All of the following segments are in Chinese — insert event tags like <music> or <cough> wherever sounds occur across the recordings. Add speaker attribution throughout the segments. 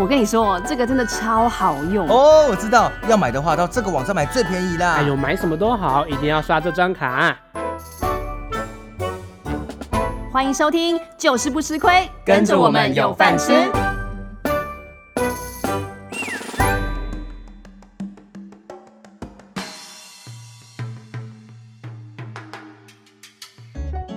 Speaker 1: 我跟你说，这个真的超好用。
Speaker 2: 哦，我知道，要买的话到这个网站买最便宜啦。
Speaker 3: 哎呦，买什么都好，一定要刷这张卡。
Speaker 1: 欢迎收听，就是不吃亏，
Speaker 2: 跟着我们有饭吃。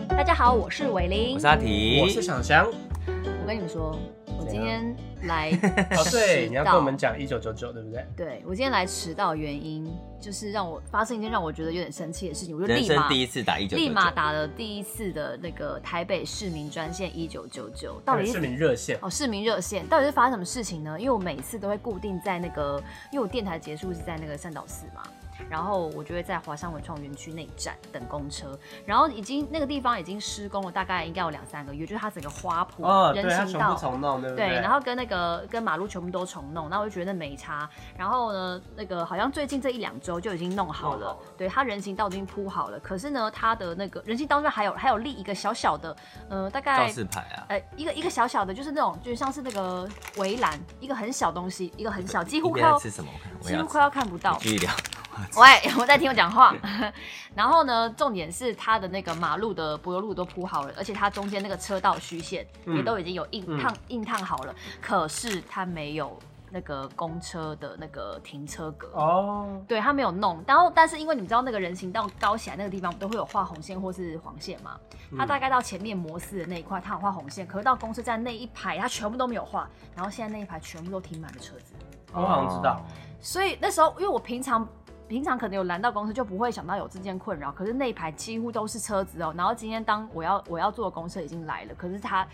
Speaker 1: 大家好，我是伟玲
Speaker 4: 我是。阿提，
Speaker 3: 我是想 <laughs> 想，
Speaker 1: 我跟你们说，我
Speaker 3: 怎样
Speaker 1: 今天来
Speaker 3: 哦，对，你要
Speaker 1: 迟
Speaker 3: 跟
Speaker 1: 到
Speaker 3: 我们讲一九九九，对不对？
Speaker 1: 对我今天来迟到的原因，就是让我发生一件让我觉得有点生气的事情，我就
Speaker 4: 人
Speaker 1: 立
Speaker 4: 生
Speaker 1: 马
Speaker 4: 第一次打一九九
Speaker 1: 立
Speaker 4: 九，
Speaker 1: 马打了第一次的那个台北市民专线一九九九，到底
Speaker 3: 市
Speaker 1: 是
Speaker 3: 民哎热线，
Speaker 1: 哦市民热线，到底是发生什么事情呢？因为我每次都会固定在那个，因为我电台结束是在那个三岛寺嘛。然后我就会在华山文创园区那一站等公车，然后已经那个地方已经施工了，大概应该有两三个月，就是它整个花圃、
Speaker 3: 哦，对，他
Speaker 1: 人行
Speaker 3: 全
Speaker 1: 道
Speaker 3: 部重弄，对不对？
Speaker 1: 对，然后跟那个跟马路全部都重弄，那我就觉得没差。然后呢，那个好像最近这一两周就已经弄好了，
Speaker 3: 弄好了
Speaker 1: 对，它人行道已经铺好了。可是呢，它的那个人行道上面还有还有立一个小小的，呃，大
Speaker 4: 告
Speaker 1: 概
Speaker 4: 示牌啊，
Speaker 1: 呃一个一个小小的，就是那种就是像是那个围栏，一个很小东西，一个很小，几乎
Speaker 4: 你
Speaker 1: 快
Speaker 4: 在
Speaker 1: 要
Speaker 4: 吃什么？我看我
Speaker 1: 几乎
Speaker 4: 要
Speaker 1: 快要看不到
Speaker 4: 吃。继续聊，
Speaker 1: 喂，我在听我讲话。 <laughs> 然后呢，重点是它的那个马路的柏油路都铺好了，而且它中间那个车道虚线也
Speaker 3: 嗯
Speaker 1: 都已经有硬
Speaker 3: 嗯
Speaker 1: 烫、硬烫好了，可是它没有那个公车的那个停车格。
Speaker 3: 哦，
Speaker 1: 对，它没有弄，然后但是因为你们知道那个人行道高起来那个地方，都会有画红线或是黄线嘛。
Speaker 3: 嗯
Speaker 1: 它大概到前面摩斯的那一块，它有画红线，可是到公车站那一排，它全部都没有画。然后现在那一排全部都停满了车子。
Speaker 3: 哦我好像知道，
Speaker 1: 所以那时候，因为我平常平常可能有拦到公司，就不会想到有这件困扰。可是那一排几乎都是车子哦。然后今天当我要我要坐的公车已经来了，可是他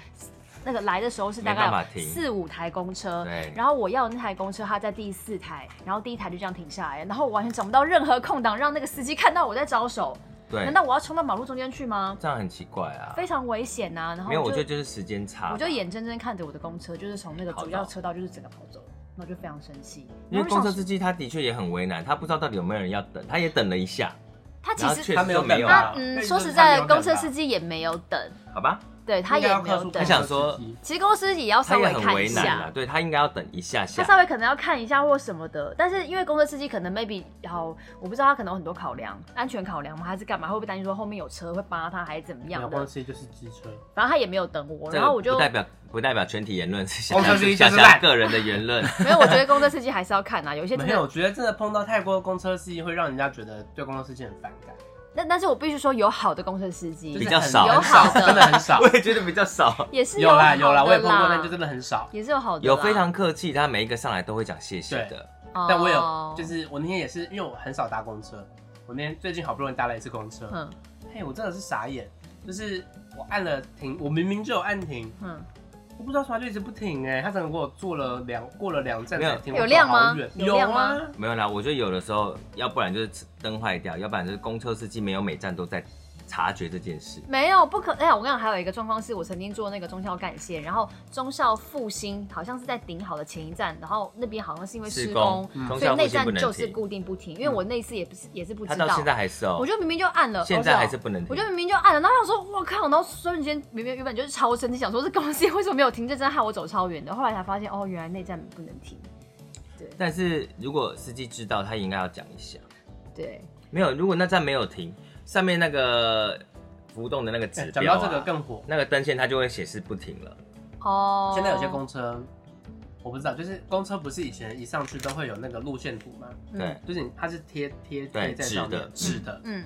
Speaker 1: 那个来的时候是大
Speaker 4: 没办
Speaker 1: 概
Speaker 4: 法
Speaker 1: 有
Speaker 4: 停
Speaker 1: 四五台公车，
Speaker 4: 对
Speaker 1: 然后我要的那台公车它在第四台，然后第一台就这样停下来，然后我完全找不到任何空档让那个司机看到我在招手。
Speaker 4: 对
Speaker 1: 难，道我要冲到马路中间去吗？
Speaker 4: 这样很奇怪啊。
Speaker 1: 非常危险呐、然后
Speaker 4: 没有，我
Speaker 1: 就
Speaker 4: 觉得就是时间差吧，
Speaker 1: 我就眼睁睁看着我的公车就是从那个
Speaker 4: 跑
Speaker 1: 主要
Speaker 4: 道
Speaker 1: 车道就是整个跑走，然后就非常生气。
Speaker 4: 因
Speaker 1: 然
Speaker 4: 为
Speaker 1: 后就想
Speaker 4: 公车司机他的确也很为难，他不知道到底有没有人要等，他也等了一下，
Speaker 1: 他其
Speaker 4: 然后
Speaker 1: 实
Speaker 4: 确
Speaker 3: 他
Speaker 4: 实
Speaker 3: 没
Speaker 4: 就
Speaker 3: 有
Speaker 4: 没有
Speaker 3: 等
Speaker 4: 啊
Speaker 1: 他
Speaker 3: 啊，
Speaker 1: 嗯，
Speaker 3: 对
Speaker 1: 说
Speaker 3: 就是
Speaker 1: 实
Speaker 3: 他没
Speaker 1: 在，
Speaker 3: 有
Speaker 1: 公
Speaker 3: 等
Speaker 1: 车
Speaker 3: 吧
Speaker 1: 司机也没有等，
Speaker 4: 好吧，
Speaker 1: 对他
Speaker 3: 应该
Speaker 1: 也
Speaker 3: 要
Speaker 1: 没
Speaker 3: 告
Speaker 1: 有
Speaker 3: 诉
Speaker 1: 等
Speaker 4: 他。想说
Speaker 1: 其实公司也要
Speaker 4: 他
Speaker 1: 稍
Speaker 4: 也
Speaker 1: 微
Speaker 4: 很
Speaker 1: 看一
Speaker 4: 为难啊
Speaker 1: 下，，
Speaker 4: 对他应该要等一下
Speaker 1: 他
Speaker 4: 下，
Speaker 1: 稍微可能要看一下或什么的，但是因为公车司机可能 maybe 好，我不知道他可能有很多考量，安全考量吗？还是干嘛？会不会担心说后面有车会扒他，还是怎么
Speaker 3: 没
Speaker 1: 样
Speaker 3: 有
Speaker 1: 的？
Speaker 3: 关系，就是机车。
Speaker 1: 反正他也没有等我，
Speaker 4: 这
Speaker 1: 然后我
Speaker 4: 个
Speaker 1: 就
Speaker 4: 不代表不代表全体言论是想
Speaker 3: 公车司机
Speaker 4: 想
Speaker 3: 就是烂
Speaker 4: 想个人的言
Speaker 3: <laughs>
Speaker 4: 论，
Speaker 1: 没有，我觉得公车司机还是要看啊，有一些真
Speaker 3: 没有，
Speaker 1: 的
Speaker 3: 我。觉得真的碰到太多公车司机，会让人家觉得对公车司机很反感，
Speaker 1: 那但是我必须说，有好的公车司
Speaker 3: 就是
Speaker 1: 机
Speaker 4: 比较少。
Speaker 3: 很
Speaker 1: 有好的
Speaker 3: 真的很少
Speaker 4: 我也觉得比较少，
Speaker 1: 也是
Speaker 3: 有啦
Speaker 1: 有
Speaker 3: 有
Speaker 1: 啦，
Speaker 3: 啦，我也碰过，但就真的很少。
Speaker 1: 也是有好的啦，
Speaker 4: 有非常客气，他每一个上来都会讲谢谢的，
Speaker 1: 哦，
Speaker 3: 但我有，就是我那天也是，因为我很少搭公车，我那天最近好不容易搭了一次公车，
Speaker 1: 嗯
Speaker 3: 嘿，我真的是傻眼，就是我按了停，我明明就有按停，
Speaker 1: 嗯，
Speaker 3: 我不知道为什么它就一直不停哎、它整个给我坐了两过了两站
Speaker 4: 没有
Speaker 3: 才停，
Speaker 1: 有
Speaker 3: 我走
Speaker 1: 亮吗
Speaker 3: 好远
Speaker 1: 有
Speaker 3: 有
Speaker 1: 亮吗
Speaker 3: 啊，
Speaker 4: 没有啦，我觉得有的时候，要不然就是灯坏掉，要不然就是公车司机没有每站都在察觉这件事。
Speaker 1: 没有，不可。哎、呀，我跟你讲，还有一个状况是我曾经做那个中校干线，然后中校复兴好像是在顶好的前一站，然后那边好像是因为施工，
Speaker 3: 嗯
Speaker 4: 中
Speaker 1: 所以
Speaker 4: 校
Speaker 1: 那
Speaker 4: 附
Speaker 1: 站
Speaker 4: 近不
Speaker 1: 就
Speaker 4: 能
Speaker 1: 是
Speaker 4: 停，嗯
Speaker 1: 固定不停。因为我那一次也不是也是不
Speaker 4: 他
Speaker 1: 知
Speaker 4: 到
Speaker 1: 道，
Speaker 4: 现在还是哦
Speaker 1: 我，就明明就按了，
Speaker 4: 现在还是不能
Speaker 1: 我
Speaker 4: 停
Speaker 1: 就。明明就按了，然后想说，我靠！然后瞬间明明原本就是超生气，想说这公司为什么没有停，这真的害我走超远的。后来才发现，哦，原来那站不能停。
Speaker 4: 但是如果司机知道，他应该要讲一下。
Speaker 1: 对，
Speaker 4: 没有，如果那站没有停，上面那个浮动的那个指
Speaker 3: 讲
Speaker 4: 标、
Speaker 1: 哎
Speaker 4: 啊，
Speaker 3: 到这个更火，
Speaker 4: 那个灯线，它就会显示不停了。
Speaker 1: 哦，
Speaker 3: 现在有些公车。我不知道，就是公车不是以前一上去都会有那个路线图吗？
Speaker 1: 嗯
Speaker 4: 对，
Speaker 3: 就是你它是贴贴
Speaker 4: 对
Speaker 3: 贴在上面
Speaker 4: 纸
Speaker 3: 纸的。
Speaker 1: 嗯，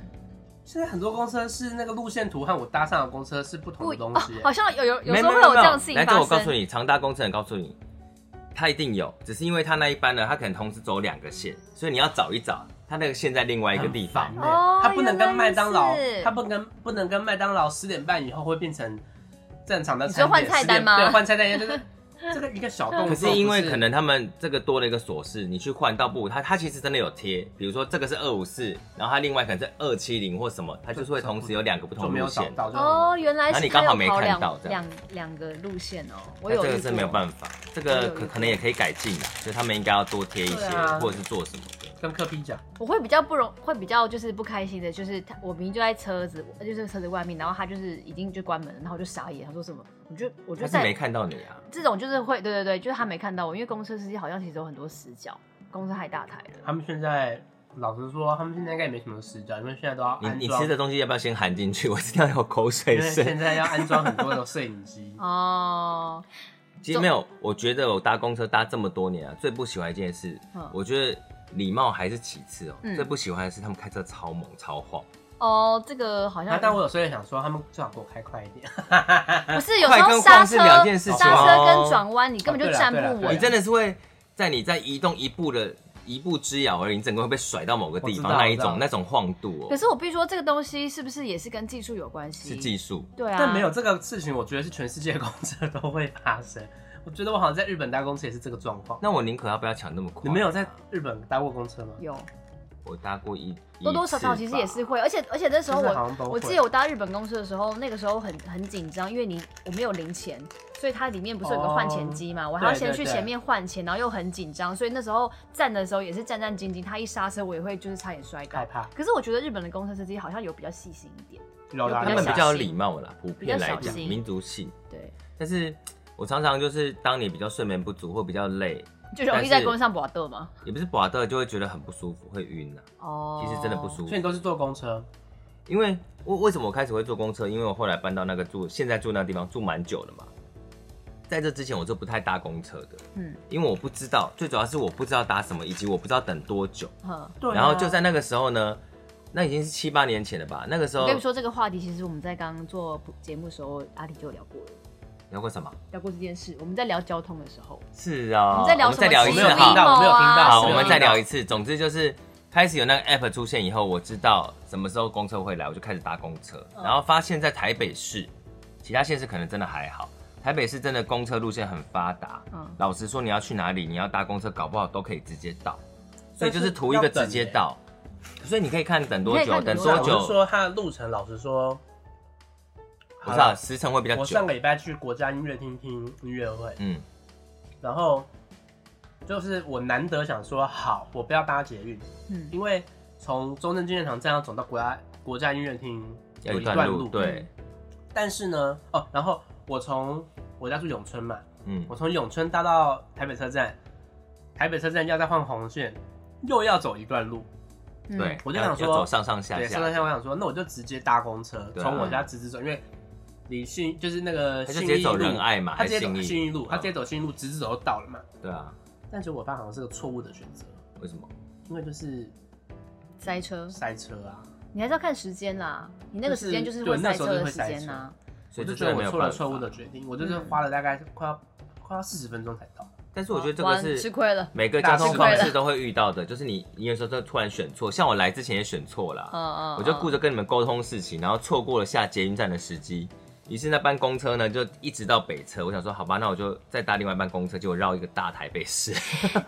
Speaker 3: 现在很多公车是那个路线图和我搭上的公车是不同
Speaker 1: 不
Speaker 3: 的东西欸耶、
Speaker 1: 好像有有有
Speaker 4: 没
Speaker 1: 时候
Speaker 4: 没
Speaker 1: 会有这
Speaker 4: 没
Speaker 1: 样的事情
Speaker 4: 来这
Speaker 1: 发
Speaker 4: 我告诉
Speaker 1: 生。
Speaker 4: 你，长大工程告诉你，它一定有，只是因为它那一班呢，它可能同时走两个线，所以你要找一找，它那个线在另外一个地方
Speaker 3: 很。
Speaker 1: 哦
Speaker 3: 烦欸它不能跟
Speaker 1: 原来
Speaker 3: 麦当劳
Speaker 1: 如此，
Speaker 3: 它不跟不能跟麦当劳十点半以后会变成正常的
Speaker 1: 你
Speaker 3: 餐点。
Speaker 1: 说换菜单吗
Speaker 3: 10点对，换菜单一样就是这个一个小动作。
Speaker 4: 可是因为可
Speaker 3: 不是
Speaker 4: 能他们这个多了一个琐事，你去换到不，它它其实真的有贴，比如说这个是二五四，然后它另外可能是二七零或什么，它就是会同时有两个不
Speaker 3: 就
Speaker 4: 同
Speaker 3: 没
Speaker 4: 路
Speaker 3: 有找
Speaker 4: 线。
Speaker 3: 到，就
Speaker 1: 哦，原来
Speaker 4: 那
Speaker 1: 是
Speaker 4: 你
Speaker 1: 他
Speaker 4: 刚好
Speaker 1: 有
Speaker 4: 没
Speaker 1: 跑
Speaker 4: 看
Speaker 1: 两
Speaker 4: 到这样
Speaker 1: 两两个路线哦，我
Speaker 4: 那
Speaker 1: 有
Speaker 4: 这
Speaker 1: 遇
Speaker 4: 个是没有
Speaker 1: 过
Speaker 4: 办法，这
Speaker 1: 我有
Speaker 4: 个
Speaker 1: 遇过
Speaker 4: 可可能也可以改进的，就他们应该要多贴一些
Speaker 3: 对啊，
Speaker 4: 或者是做什么的。
Speaker 3: 跟柯 P 讲，
Speaker 1: 我会比较不容，会比较就是不开心的，就是他我明明就在车子，就是车子外面，然后他就是已经就关门了，然后我就傻眼，他说什么？我就我就
Speaker 4: 他是没
Speaker 1: 在
Speaker 4: 看到你啊，
Speaker 1: 这种就是会，对对对，就是他没看到我，因为公车司机好像其实有很多死角，公车太大台了。。
Speaker 3: 他们现在老实说，他们现在应该也没什么死角，因为现在都要
Speaker 4: 你
Speaker 3: 安
Speaker 4: 你
Speaker 3: 装
Speaker 4: 吃的，东西要不要先含进去？我 <laughs> 知道有口
Speaker 3: 因
Speaker 4: 水
Speaker 3: 为
Speaker 4: 声
Speaker 3: 现。在要安装很多的摄影机
Speaker 1: 哦，
Speaker 4: 其实没有，我觉得我搭公车搭这么多年啊，最不喜欢一件事，
Speaker 1: 嗯
Speaker 4: 我觉得礼貌还是其次哦、
Speaker 1: 嗯
Speaker 4: 最不喜欢的是他们开车超猛超晃，
Speaker 1: 哦，这个好像
Speaker 3: 那啊但我有时候也想说，他们最好给我开快一点。
Speaker 1: 啊不是有时
Speaker 4: 快
Speaker 1: 候
Speaker 4: 跟
Speaker 1: 刹车
Speaker 4: 晃是两件事情
Speaker 1: 刹车
Speaker 4: 哦
Speaker 1: 跟转弯，你根本就
Speaker 3: 哦对啦
Speaker 1: 站
Speaker 3: 对啦
Speaker 1: 不
Speaker 3: 对啦
Speaker 1: 稳。
Speaker 4: 你真的是会在你在移动一步的一步之遥而已，你整个会被甩到某个地
Speaker 3: 我
Speaker 4: 方
Speaker 3: 知道
Speaker 4: 那一
Speaker 3: 我
Speaker 4: 种
Speaker 3: 知道
Speaker 4: 那种晃度哦、
Speaker 1: 可是我必须说，这个东西是不是也是跟技术有关系？
Speaker 4: 是技术。
Speaker 1: 对啊，
Speaker 3: <laughs> 但没有这个事情，我觉得是全世界公车都会发生。我觉得我好像在日本搭公车也是这个状况。
Speaker 4: 那我宁可要不要抢那么快？
Speaker 3: 你没有在日本搭过公车吗？
Speaker 1: 有
Speaker 4: 我搭过一
Speaker 1: 多多少少其实也是。会，而且而且那时候
Speaker 3: 就是好像都
Speaker 1: 我
Speaker 3: 会
Speaker 1: 我记得我搭日本公司的时候，那个时候很很紧张，因为你我没有零钱，所以它里面不是有个换钱机嘛，我还要
Speaker 3: 对
Speaker 1: 先
Speaker 3: 对
Speaker 1: 去
Speaker 3: 对
Speaker 1: 前面换钱，然后又很紧张，所以那时候站的时候也是战战兢兢，他一刹车我也会就是差点摔
Speaker 3: 害
Speaker 1: 倒。
Speaker 3: 怕，
Speaker 1: 可是我觉得日本的公车司机好像有比较细心一点，
Speaker 3: 有
Speaker 1: 有
Speaker 3: 啦，
Speaker 4: 他
Speaker 1: 比
Speaker 4: 们比
Speaker 1: 小
Speaker 4: 较有礼貌啦，普遍来
Speaker 1: 比较小
Speaker 4: 讲
Speaker 1: 心
Speaker 4: 民族性。
Speaker 1: 对，
Speaker 4: 但是我常常就是当你比较睡眠不足或比较累，
Speaker 1: 就容易在公车上滑斗嘛。
Speaker 4: 也不是拔到就会觉得很不舒服，会晕啊，
Speaker 1: 哦，
Speaker 4: 其实真的不舒
Speaker 3: 所以
Speaker 4: 服。
Speaker 3: 你都是坐公车，
Speaker 4: 因为为为什么我开始会坐公车？因为我后来搬到那个住现在住那个地方住蛮久了嘛，在这之前我就不太搭公车
Speaker 3: 哦
Speaker 4: 的，
Speaker 1: 嗯
Speaker 4: 因为我不知道，最主要是我不知道搭什么，以及我不知道等多久。
Speaker 1: 哼。
Speaker 3: 对啊
Speaker 4: 然后就在那个时候呢，那已经是七八年前了吧？那个时
Speaker 1: 我
Speaker 4: 候
Speaker 1: 跟你说，这个话题其实我们在刚刚做节目的时候，阿里就有聊过了，
Speaker 4: 聊过什么？
Speaker 1: 聊过这件事。我们在聊交通的时候，
Speaker 4: 是啊、
Speaker 1: 我们在聊
Speaker 4: 我
Speaker 1: 什
Speaker 4: 们再
Speaker 1: 么
Speaker 4: 聊
Speaker 1: 骑
Speaker 4: 一
Speaker 1: 驴
Speaker 4: 次
Speaker 1: 啊？
Speaker 4: 好
Speaker 3: 我没有听到我没有听到
Speaker 4: 好，
Speaker 1: 什么
Speaker 4: 我们再
Speaker 1: 的
Speaker 4: 聊一次。总之就是开始有那个 app 出现以后，我知道什么时候公车会来，我就开始搭公车。
Speaker 1: 嗯
Speaker 4: 然后发现，在台北市，其他县市可能真的还好，台北市真的公车路线很发达。
Speaker 1: 嗯，
Speaker 4: 老实说，你要去哪里，你要搭公车，搞不好都可以直接到。所以就是
Speaker 3: 但是
Speaker 4: 图一个
Speaker 3: 要等
Speaker 4: 直接
Speaker 3: 欸啊
Speaker 4: 到，所以你可以看等多
Speaker 1: 你可以
Speaker 4: 久，
Speaker 1: 看等
Speaker 4: 等
Speaker 1: 多
Speaker 4: 多
Speaker 1: 久
Speaker 3: 我是
Speaker 4: 久，
Speaker 3: 说它的路程，老实说，
Speaker 4: 我知道时程会比较
Speaker 3: 我
Speaker 4: 啊久
Speaker 3: 上。个礼拜去国家音乐厅听音乐会，
Speaker 4: 嗯，
Speaker 3: 然后就是我难得想说，好，我不要搭捷运，
Speaker 1: 嗯，
Speaker 3: 因为从中正纪念堂站要走到国家国家音乐厅
Speaker 4: 要
Speaker 3: 有
Speaker 4: 一
Speaker 3: 一
Speaker 4: 段
Speaker 3: 段
Speaker 4: 路，对，
Speaker 3: 但是呢，哦，然后我从我家住永春嘛，
Speaker 4: 嗯
Speaker 3: 我，从永春搭到台北车站，台北车站要再换红线，又要走一段路。
Speaker 1: 嗯
Speaker 4: 对，
Speaker 3: 我就
Speaker 4: 要
Speaker 3: 想说
Speaker 4: 要走上上下
Speaker 3: 对，上上
Speaker 4: 下，
Speaker 3: 下我想说，那我就直接搭公车，
Speaker 4: 对啊
Speaker 3: 从我家直直走，因为你信就是那个
Speaker 4: 他就直
Speaker 3: 信
Speaker 4: 接
Speaker 3: 义
Speaker 4: 走
Speaker 3: 路，
Speaker 4: 仁爱嘛，
Speaker 3: 他
Speaker 4: 还
Speaker 3: 直
Speaker 4: 是
Speaker 3: 接走
Speaker 4: 信义
Speaker 3: 信义路，他直接
Speaker 4: 嗯
Speaker 3: 走信义路，直直走就到了嘛。
Speaker 4: 对啊，
Speaker 3: 但结果我发现好像是个错误的选择，
Speaker 4: 为什么？
Speaker 3: 因为就是
Speaker 1: 塞车，
Speaker 3: 塞车啊，
Speaker 1: 你还是要看时间啦。你那个时间就是
Speaker 3: 就
Speaker 1: 会
Speaker 3: 是
Speaker 1: 塞车
Speaker 3: 对
Speaker 1: 的
Speaker 3: 那
Speaker 1: 时
Speaker 3: 时候就是会
Speaker 1: 间啊呐、
Speaker 4: 所
Speaker 3: 我
Speaker 4: 以这
Speaker 3: 就觉
Speaker 4: 真的没
Speaker 3: 得我
Speaker 4: 有
Speaker 3: 做了
Speaker 4: 办法嗯
Speaker 3: 错误的决定，我就是花了大概快要快要四十分钟才到。
Speaker 4: 但是我觉得这
Speaker 1: 哇
Speaker 4: 个
Speaker 1: 吃
Speaker 4: 是
Speaker 1: 亏了。
Speaker 4: 每个交通
Speaker 3: 大吃
Speaker 4: 方
Speaker 1: 亏
Speaker 4: 式
Speaker 1: 了
Speaker 4: 都会遇到的，就是你你有时候都突然选错，像我来之前也选错
Speaker 1: 嗯
Speaker 4: 了，
Speaker 1: 嗯，
Speaker 4: 我就顾
Speaker 1: 着
Speaker 4: 着跟你们沟通事情，然后错过了下捷运站的时机。于是那班公车呢，就一直到北车。我想说，好吧，那我就再搭另外一班公车，结果绕一个大台北市。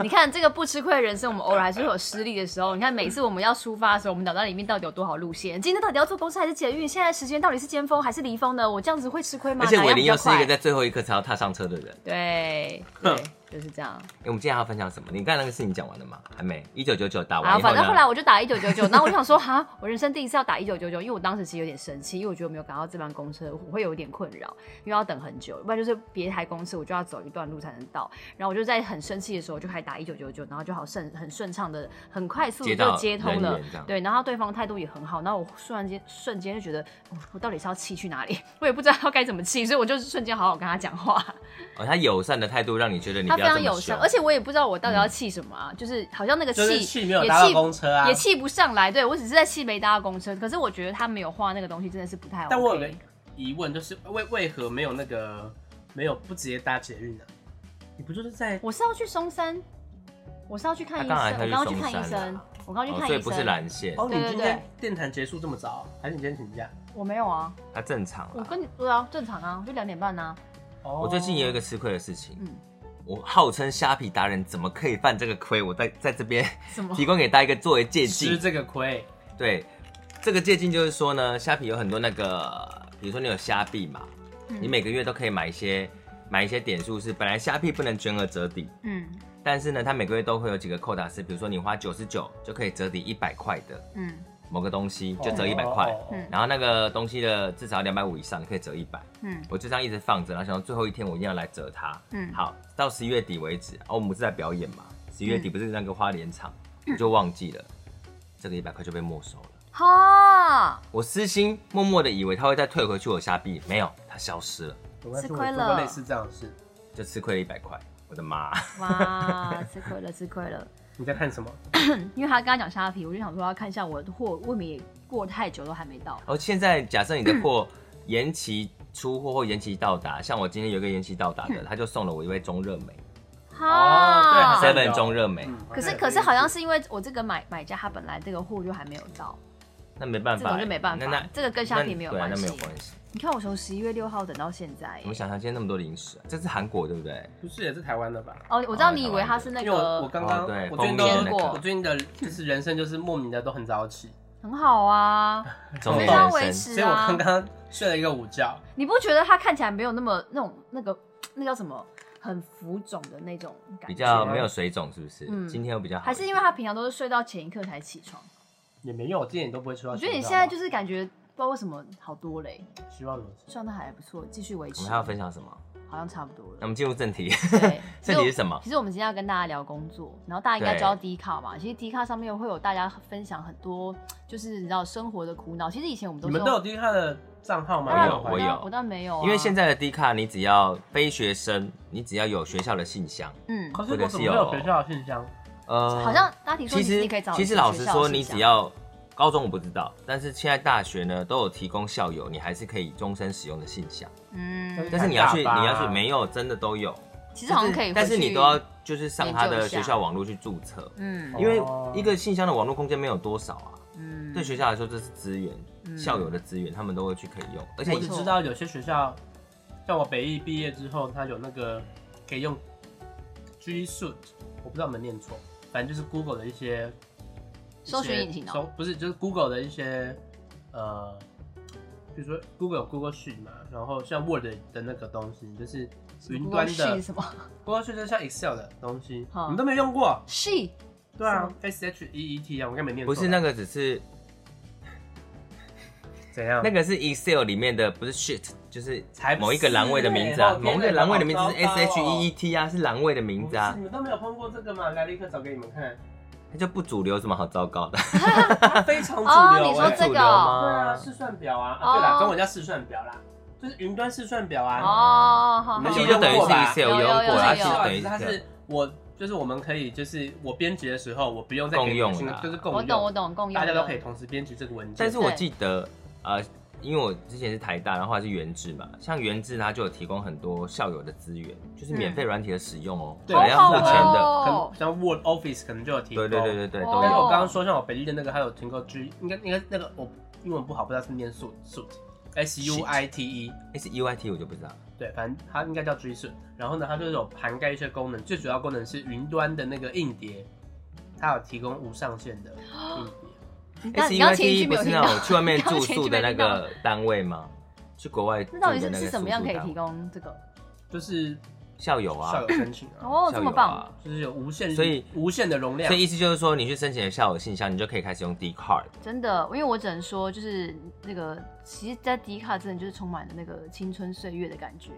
Speaker 1: 你看这个不吃亏的人生，我们偶尔还是会有失利的时候。你看每次我们要出发的时候，我们脑袋里面到底有多少路线？今天到底要坐公车还是捷运？现在时间到底是尖峰还是离峰呢？我这样子会吃
Speaker 4: <laughs>
Speaker 1: 亏吗？
Speaker 4: 而且
Speaker 1: 哪
Speaker 4: 伟
Speaker 1: 样
Speaker 4: 林
Speaker 1: 比
Speaker 4: 又
Speaker 1: 较
Speaker 4: 是一
Speaker 1: 快
Speaker 4: 个在最后一刻才要踏上车的人。
Speaker 1: 对对，就是这样。
Speaker 4: 哎、我们今天还要分享什么？你刚才那个事情讲完了吗？还没。一九九九打完
Speaker 1: 啊，
Speaker 4: 以后
Speaker 1: 反
Speaker 4: 呢？
Speaker 1: 正后来我就打一九九
Speaker 4: <laughs>
Speaker 1: 九，然后我就想说，哈，我人生第一次要打一九九九，因为我当时其实有点生气，因为我觉得我没有赶到这班公车，我会有点困扰，因为要等很久，不然就是别台公车我就要走一段路才能到。然后我就在很生气的时候就开始打一九九九，然后就好顺很顺畅的、很快速的
Speaker 4: 接
Speaker 1: 就
Speaker 4: 到
Speaker 1: 接通
Speaker 4: 人
Speaker 1: 了
Speaker 4: 员这。样
Speaker 1: 对，然后对方态度也很好，然后我突然间瞬间就觉得、哦我到底是要气去哪里？ <laughs> 我也不知道该怎么气，所以我就瞬间好好跟他讲话。
Speaker 4: 哦，他友善的态度让你觉得你
Speaker 1: 他
Speaker 4: 不
Speaker 1: 非
Speaker 4: 要
Speaker 1: 常
Speaker 4: 这
Speaker 1: 友
Speaker 4: 么凶
Speaker 1: 善，而且我也不知道我到底要气什么啊，就是好像那个气
Speaker 3: 就是气没有
Speaker 1: 也
Speaker 3: 搭到
Speaker 1: 气
Speaker 3: 公车啊
Speaker 1: 也气不上来。对我只是在气没搭到公车，可是我觉得他没有画那个东西真的是不太 OK。
Speaker 3: 但我有个疑问，就是为为何没有那个没有不直接搭捷运呢、啊你不就是在
Speaker 1: 我是要去松山，我是要去看医
Speaker 4: 他
Speaker 1: 生，
Speaker 4: 刚才他
Speaker 1: 我刚
Speaker 4: 去
Speaker 1: 刚去看医
Speaker 4: 松山
Speaker 1: 生
Speaker 4: 啦，
Speaker 1: 我刚刚去
Speaker 4: 哦，
Speaker 1: 看
Speaker 4: 所以
Speaker 1: 医
Speaker 4: 不是
Speaker 1: 生，
Speaker 4: 蓝线，
Speaker 3: 哦，你
Speaker 1: 对对
Speaker 3: 今天
Speaker 1: 对
Speaker 3: 电台结束这么早，啊还是你今天请假？
Speaker 1: 我没有啊，
Speaker 4: 他正常
Speaker 1: 我
Speaker 4: 啦。
Speaker 1: 跟你对啊，正常啊，我就两点半啊，
Speaker 3: 哦
Speaker 4: 我最近也有一个吃亏的事情，
Speaker 1: 嗯
Speaker 4: 我号称虾皮达人，怎么可以犯这个亏？我在在这边
Speaker 1: 什
Speaker 3: 哦
Speaker 1: 么
Speaker 4: 提供给大家一个作为借
Speaker 3: 吃
Speaker 4: 鉴。
Speaker 3: 这个亏，
Speaker 4: 对，这个借鉴就是说呢，虾皮有很多那个，比如说你有虾币嘛，
Speaker 1: 嗯
Speaker 4: 你每个月都可以买一些买一些点数，是本来虾币不能全额折抵，
Speaker 1: 嗯
Speaker 4: 但是呢，它每个月都会有几个扣打是，比如说你花九十九就可以折抵一百块的
Speaker 1: 嗯
Speaker 4: 某个东西，就折一百块。
Speaker 3: 哦哦
Speaker 1: 嗯
Speaker 4: 然后那个东西的至少两百五以上，你可以折一百。
Speaker 1: 嗯
Speaker 4: 我就这样一直放着，然后想到最后一天我一定要来折它。
Speaker 1: 嗯，
Speaker 4: 好，到十一月底为止，哦，我们不是在表演嘛？十一
Speaker 1: 嗯
Speaker 4: 月底不是那个花莲场，我就忘记了，这个一百块就被没收了。
Speaker 1: 哈，
Speaker 4: 我私心默默的以为他会再退回去我虾币，没有，他消失了，
Speaker 3: 我关系，
Speaker 1: 吃
Speaker 3: 我
Speaker 1: 亏
Speaker 3: 做过
Speaker 1: 了
Speaker 3: 类似这样的事。
Speaker 4: 就吃亏了一百块。我的妈！ <laughs>
Speaker 1: 哇， <laughs> 吃亏了，吃亏了。
Speaker 3: 你在看什么？
Speaker 1: 因为他刚刚讲虾皮，我就想说要看一下我的货，未免也过太久都还没到。
Speaker 4: 哦，现在假设你的货
Speaker 1: 嗯
Speaker 4: 延期出货或延期到达，像我今天有一个延期到达
Speaker 1: 嗯
Speaker 4: 的，他就送了我一位中热美
Speaker 1: 哈
Speaker 3: 哦对
Speaker 4: ，seven 中热美，
Speaker 3: 嗯
Speaker 1: 可是可是好像是因为我这个买买家他本来这个货就还没有到，
Speaker 4: 那没办
Speaker 1: 这
Speaker 4: 法欸，
Speaker 1: 种就没办
Speaker 4: 那那
Speaker 1: 法，这个跟虾皮没有
Speaker 4: 那对啊
Speaker 1: 关
Speaker 4: 那
Speaker 1: 系
Speaker 4: 没有。关系。
Speaker 1: 你看我从十一月六号等到现在
Speaker 4: 我
Speaker 1: 耶
Speaker 4: 们，想想，今天那么多零食啊，这是韩国对不对？
Speaker 3: 不是也是台湾的吧？
Speaker 1: 哦，我知道你以为他是
Speaker 3: 因
Speaker 1: 那
Speaker 3: 为我我
Speaker 1: 个
Speaker 3: 刚刚
Speaker 4: 哦对
Speaker 3: 我最近
Speaker 1: 封面那
Speaker 3: 都
Speaker 1: 个
Speaker 3: 我最近的就是人生就是莫名的都很早起，
Speaker 1: 很好啊，所
Speaker 4: 中
Speaker 1: 以
Speaker 4: 年
Speaker 1: 他要维
Speaker 4: 人生
Speaker 1: 持
Speaker 3: 所以我
Speaker 1: 啊
Speaker 3: 刚。刚睡了一个午觉。
Speaker 1: 你不觉得他看起来没有那么那种那个那叫什么很浮肿的那种感觉？
Speaker 4: 比较没有水肿，是不是？
Speaker 1: 嗯
Speaker 4: 今天又比较好，
Speaker 1: 还是因为他平常都是睡到前一刻才起床。
Speaker 3: 也没有，我这点都不会吃到
Speaker 1: 我
Speaker 3: 甜
Speaker 1: 觉
Speaker 3: 的。
Speaker 1: 得你现在就是是感觉不知道为什么好多嘞，
Speaker 3: 希望如此。
Speaker 1: 状态还不错，继续维
Speaker 4: 我
Speaker 1: 持
Speaker 4: 们还，要分享什么？
Speaker 1: 好像差不多
Speaker 4: 那我
Speaker 1: 了。
Speaker 4: 们进入正题， <laughs>
Speaker 1: 对，
Speaker 4: 正题是什么？
Speaker 1: 其实我们今天要跟大家聊工作，然后大家应该
Speaker 4: 对
Speaker 1: 知道 D 卡嘛，其实 D 卡上面会有大家分享很多，就是你知道生活的苦恼。其实以前我们都
Speaker 3: 你
Speaker 1: 是
Speaker 3: 们都有低看的账号吗？
Speaker 1: 当然
Speaker 4: 我有
Speaker 1: 当
Speaker 4: 我
Speaker 1: 然
Speaker 4: 有
Speaker 1: 我当然没有啊，
Speaker 4: <laughs> 因为现在的 D 卡，你只要非学生，你只要有学校的信箱，
Speaker 1: 嗯，
Speaker 3: 可是我怎么没有学校的信箱？
Speaker 4: 呃，
Speaker 1: 好像拉提说你
Speaker 4: 其
Speaker 1: 自
Speaker 4: 实
Speaker 1: 己可以找
Speaker 4: 其
Speaker 1: 你
Speaker 4: 实
Speaker 1: 学
Speaker 4: 老实
Speaker 1: 校
Speaker 4: 说，
Speaker 1: 的
Speaker 4: 你
Speaker 1: 信箱
Speaker 4: 只要高中我不知道，但是现在大学呢都有提供校友，你还是可以终身使用的信箱。
Speaker 1: 嗯，
Speaker 4: 但是你要去，
Speaker 3: 太大吧
Speaker 4: 你要去，没有真的都有，
Speaker 1: 其实好像可以回去，
Speaker 4: 但是你都要就是上他
Speaker 1: 研究
Speaker 4: 的
Speaker 1: 一下
Speaker 4: 学校网络去注册，
Speaker 1: 嗯
Speaker 4: 因为
Speaker 3: 哦
Speaker 4: 一个信箱的网络空间没有多少啊。
Speaker 1: 嗯
Speaker 4: 对学校来说，这是资源，
Speaker 1: 嗯
Speaker 4: 校友的资源，他们都会去可以用，而且
Speaker 3: 嗯我
Speaker 1: 没
Speaker 3: 只
Speaker 1: 错
Speaker 3: 知道有些学校，像我北艺毕业之后，它有那个可以用 G Suite，我不知道有没有念错，反正就是 Google 的一些
Speaker 1: 搜寻引擎哦
Speaker 3: 一些搜不是就是 Google 的一些呃，比如说 Google 有 Google Sheet 嘛，然后像 Word 的那个东西，就是云端
Speaker 1: 什么
Speaker 3: 的
Speaker 1: 是什么
Speaker 3: Google Sheet 就像 Excel 的东西，
Speaker 1: 好
Speaker 3: 你们都没用过？
Speaker 1: 是
Speaker 3: 对啊
Speaker 1: 什
Speaker 3: ，S H E E T 啊，我应嗯该没念错
Speaker 4: 不
Speaker 3: 吧。
Speaker 4: 是那个只是
Speaker 3: 怎样
Speaker 4: 那个是 Excel 里面的，不是 shit，就是
Speaker 3: 才不
Speaker 4: 某一个
Speaker 3: 是
Speaker 4: 栏位的
Speaker 3: 欸
Speaker 4: 名字啊
Speaker 3: 好，天
Speaker 4: 某一个
Speaker 3: 哪
Speaker 4: 栏位
Speaker 3: 好
Speaker 4: 的名字是
Speaker 3: 糟
Speaker 4: S
Speaker 3: 糕
Speaker 4: H
Speaker 3: 哦
Speaker 4: E E T 啊，是栏位的名字
Speaker 3: 不
Speaker 4: 啊
Speaker 3: 是，你们都没有碰过这个吗？来，立刻找给你们看，
Speaker 4: 它就不主流，有什么好糟糕
Speaker 3: <laughs>
Speaker 4: 的？
Speaker 3: 它非常主流、
Speaker 1: 哦
Speaker 3: 欸。
Speaker 1: 你说这
Speaker 4: 主
Speaker 1: 个
Speaker 4: 流吗？
Speaker 3: 对啊，试算表啊，
Speaker 1: 哦
Speaker 3: 啊对啦，中文叫试算表啦，就是云端试算表啊。
Speaker 1: 哦，好
Speaker 3: 你
Speaker 1: 好
Speaker 3: 们
Speaker 4: 其
Speaker 1: 好
Speaker 4: 实就等于
Speaker 3: 有用
Speaker 4: 是
Speaker 3: 过吧
Speaker 1: 有
Speaker 4: Excel
Speaker 1: 有
Speaker 4: 用
Speaker 1: 有
Speaker 4: 过，它
Speaker 3: 它
Speaker 4: 其
Speaker 1: 有
Speaker 4: 实
Speaker 1: 有
Speaker 4: 等于
Speaker 3: 是
Speaker 4: 啊是
Speaker 3: 它
Speaker 4: 这样
Speaker 3: 是我，就是我们可以，就是我编辑的时候，我不用再
Speaker 4: 共
Speaker 3: 给你
Speaker 4: 用
Speaker 3: 新的
Speaker 4: 啦
Speaker 3: 就是共用，
Speaker 1: 我懂我懂，共用
Speaker 3: 大家都
Speaker 1: 的
Speaker 3: 可以同时编辑这个文件。
Speaker 4: 但是我记得，呃，因为我之前是台大，然后还是原制嘛，像原制它就有提供很多校友的资源，就是免
Speaker 3: 嗯
Speaker 4: 费软体的使用哦，
Speaker 3: 对
Speaker 4: 还要付钱
Speaker 1: 好好
Speaker 4: 的。
Speaker 3: 可
Speaker 1: 哦
Speaker 3: 能像 Word Office 可能就有提供。
Speaker 4: 对对对对对，
Speaker 1: 哦
Speaker 4: 都
Speaker 3: 但是我
Speaker 4: 有。
Speaker 3: 刚刚说，像我北艺的那个，还有听过 G，应该应该那个我英文不好，不知道是不是念 suit suit S U I T E，
Speaker 4: S U I T 我就不知道了，
Speaker 3: 对，反正它应该叫 G suit。然后呢，它就是有涵盖一些功能，最主要功能是云端的那个硬碟，它有提供无上限的硬碟。
Speaker 1: 那
Speaker 4: S
Speaker 1: 你
Speaker 4: U
Speaker 1: 刚
Speaker 4: I
Speaker 1: 刚前一
Speaker 4: T
Speaker 1: 句
Speaker 4: 不
Speaker 1: 没有
Speaker 4: 哎是
Speaker 1: 听
Speaker 4: 那
Speaker 1: 到
Speaker 4: 种去外面
Speaker 1: 你刚
Speaker 4: 住
Speaker 1: 刚前一
Speaker 4: 宿
Speaker 1: 句
Speaker 4: 的
Speaker 1: 没
Speaker 4: 那
Speaker 1: 听到
Speaker 4: 个单位吗？去国外住
Speaker 1: 那
Speaker 4: 的
Speaker 1: 到底是
Speaker 4: 那个
Speaker 1: 是
Speaker 4: 宿
Speaker 1: 什么样可以提
Speaker 4: 舍单位
Speaker 1: 供这个？
Speaker 3: 就是
Speaker 4: 校友
Speaker 3: 校
Speaker 4: 啊
Speaker 3: 友？申请啊，
Speaker 1: 哦，
Speaker 4: 校
Speaker 1: 这
Speaker 4: 友
Speaker 1: 么
Speaker 4: 啊
Speaker 1: 棒，
Speaker 3: 就是有无限，
Speaker 4: 所以
Speaker 3: 无限的容量
Speaker 4: 所。以意思就是说，你去申请了校友信箱，你就可以开始用 D card。
Speaker 1: 真的，因为我只能说，就是那个，其实，在迪卡真的就是充满了那个青春岁月的感觉，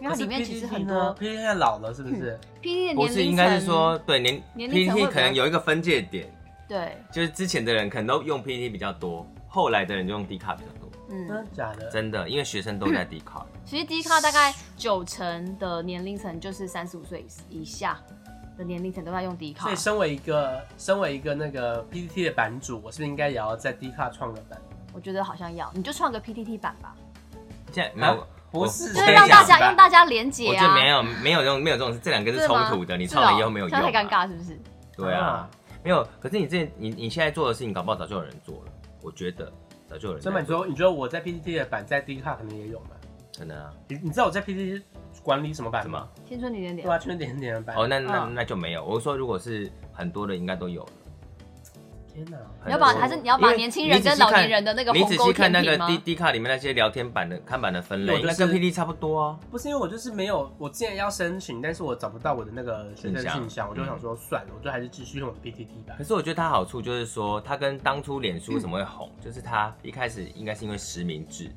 Speaker 1: 因为它里面其实很多嗯
Speaker 3: P T 现在老了是不是？
Speaker 1: PD 的
Speaker 4: 不
Speaker 1: 哎年龄
Speaker 4: 是，
Speaker 1: 层，
Speaker 4: 应该是说对年
Speaker 1: 年龄层会
Speaker 4: PPT
Speaker 1: 比较
Speaker 4: 可能有一个分界点，
Speaker 1: 对，
Speaker 4: 就是之前的人可能都用 PPT 比较多，后来的人就用 D 卡比较多。
Speaker 3: 真的
Speaker 1: 嗯，
Speaker 3: 假的？
Speaker 4: 真的，因为学生都在 D 卡，
Speaker 1: 其实迪卡大概九成的年龄层就是三十五岁以下的年龄层都在用迪卡
Speaker 3: 所以，，身为一个身为一个那个 P T T 的版主，我是不是应该也要在 D 卡创个版？
Speaker 1: 我觉得好像要，你就创个 PTT 版吧，
Speaker 4: 现在没有
Speaker 3: 啊，
Speaker 4: 我
Speaker 3: 不
Speaker 4: 我
Speaker 3: 是
Speaker 1: 就
Speaker 4: 跟
Speaker 1: 是
Speaker 4: 你
Speaker 1: 让大
Speaker 4: 讲
Speaker 1: 家啊用大家连
Speaker 4: 我
Speaker 1: 接
Speaker 4: 觉得
Speaker 1: 啊，
Speaker 4: 没有没有用没有这种事，这两个是
Speaker 1: 是
Speaker 4: 冲
Speaker 1: 吗
Speaker 4: 突的，你
Speaker 1: 是
Speaker 4: 创了
Speaker 1: 哦
Speaker 4: 以后没有
Speaker 1: 这
Speaker 4: 用，啊
Speaker 1: 样太尴。尬是不是？
Speaker 4: 对啊
Speaker 3: 啊，
Speaker 4: 没有。可是你这你你现在做的事情，搞不好早就有人做了，我觉得早就有人在
Speaker 3: 真的，你
Speaker 4: 做
Speaker 3: 说你觉得我在 PPT 的版在 D 卡可能也有吗？
Speaker 4: 可能啊，
Speaker 3: 你你知道我在 PPT 管理什么版
Speaker 4: 什
Speaker 3: 吗
Speaker 4: 么？？
Speaker 1: 青春点点
Speaker 3: 对啊，圈点点的版。
Speaker 4: 哦，那那
Speaker 1: 嗯
Speaker 4: 那就没有。我说如果是很多的，应该都有了。
Speaker 3: 天哪！
Speaker 1: 你要把
Speaker 4: 很多
Speaker 1: 还是你要把
Speaker 4: 因为
Speaker 1: 年轻人
Speaker 4: 你仔
Speaker 1: 跟
Speaker 4: 细
Speaker 1: 老
Speaker 4: 看
Speaker 1: 年人的那个
Speaker 4: 你
Speaker 1: 鸿
Speaker 4: 仔
Speaker 1: 沟
Speaker 4: 细看
Speaker 1: 填
Speaker 4: 那个
Speaker 1: 平吗？
Speaker 4: D D 卡里面那些聊天版的看板的分
Speaker 3: 我
Speaker 4: 类，
Speaker 3: 就
Speaker 4: 那
Speaker 3: 是
Speaker 4: 跟 P D 差不多啊。
Speaker 3: 不是因为我就是没有，我之前要申请，但是我找不到我的那个学生
Speaker 4: 信箱
Speaker 3: 信箱，我就想说算了，我就还是继续用我的 PTT 吧
Speaker 4: 可。是我觉得它好处就是说，它跟当初脸书为什么会红，就是它一开始应该是因为实名制，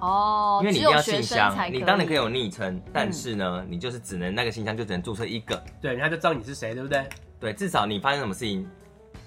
Speaker 1: 哦，
Speaker 4: 因为你
Speaker 1: 只
Speaker 4: 一
Speaker 1: 有
Speaker 4: 定要
Speaker 1: 学
Speaker 4: 信
Speaker 1: 生
Speaker 4: 箱
Speaker 1: 才，嗯
Speaker 4: 你当然可以有昵称，但是呢，你就是只能那个信箱就只能注册一个，
Speaker 3: 对，人家就知道你是谁，对不对？
Speaker 4: 对，至少你发生什么事情，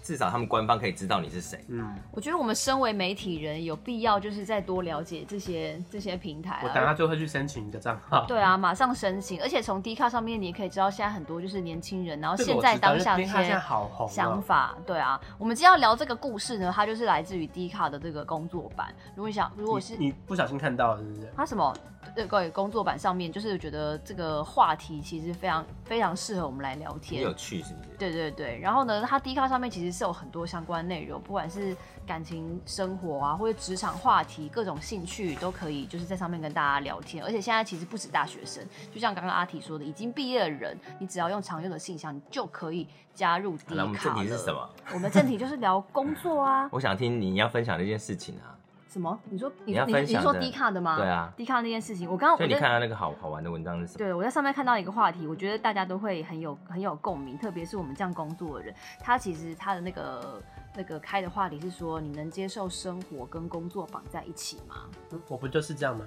Speaker 4: 至少他们官方可以知道你是谁。
Speaker 3: 嗯，
Speaker 1: 我觉得我们身为媒体人，有必要就是再多了解这些这些平台、
Speaker 3: 我等下
Speaker 1: 啊。
Speaker 3: 就会去申请一个账号。
Speaker 1: 对啊，马上申请，而且从 D 卡上面你也可以知道现在很多就是年轻人，然后
Speaker 3: 这个
Speaker 1: 现
Speaker 3: 我
Speaker 1: 在
Speaker 3: 知道
Speaker 1: 当下
Speaker 3: 因
Speaker 1: 这
Speaker 3: 为他现在
Speaker 1: 些
Speaker 3: 好红、哦，
Speaker 1: 想法，对啊。我们今天要聊这个故事呢，它就是来自于 D 卡的这个工作版。如果你想，如果是
Speaker 3: 你你不小心看到了，是不是？
Speaker 1: 它什么对各位工作版上面，就是觉得这个话题其实非常非常适合我们来聊
Speaker 4: 很
Speaker 1: 天
Speaker 4: 有。趣是不是？
Speaker 1: 对对对，然后呢，它 D 卡上面其实是有很多相关内容，不管是感情生活啊，或者职场话题，各种兴趣都可以，就是在上面跟大家聊天。而且现在其实不止大学生，就像刚刚阿提说的，已经毕业的人，你只要用常用的信箱，你就可以加入 D 卡
Speaker 4: 好了，我们正题是什？么？
Speaker 1: <laughs> 我们正题就是聊工作啊，
Speaker 4: 我想听你要分享的一件事情啊，
Speaker 1: 什么？你说你
Speaker 4: 你要
Speaker 1: 你
Speaker 4: 分
Speaker 1: 你
Speaker 4: 享
Speaker 1: 说
Speaker 4: 的
Speaker 1: D 卡的吗？
Speaker 4: 对啊
Speaker 1: ，D 卡那件事情，我刚刚
Speaker 4: 所
Speaker 1: 我
Speaker 4: 以你
Speaker 1: 在
Speaker 4: 看到那个好好玩的文章是什么？
Speaker 1: 对，我在上面看到一个话题，我觉得大家都会很有很有共鸣，特别是我们这样工作的人，他其实他的那个那个开的话题是说，你能接受生活跟工作绑在一起吗？
Speaker 3: 我不就是这样吗？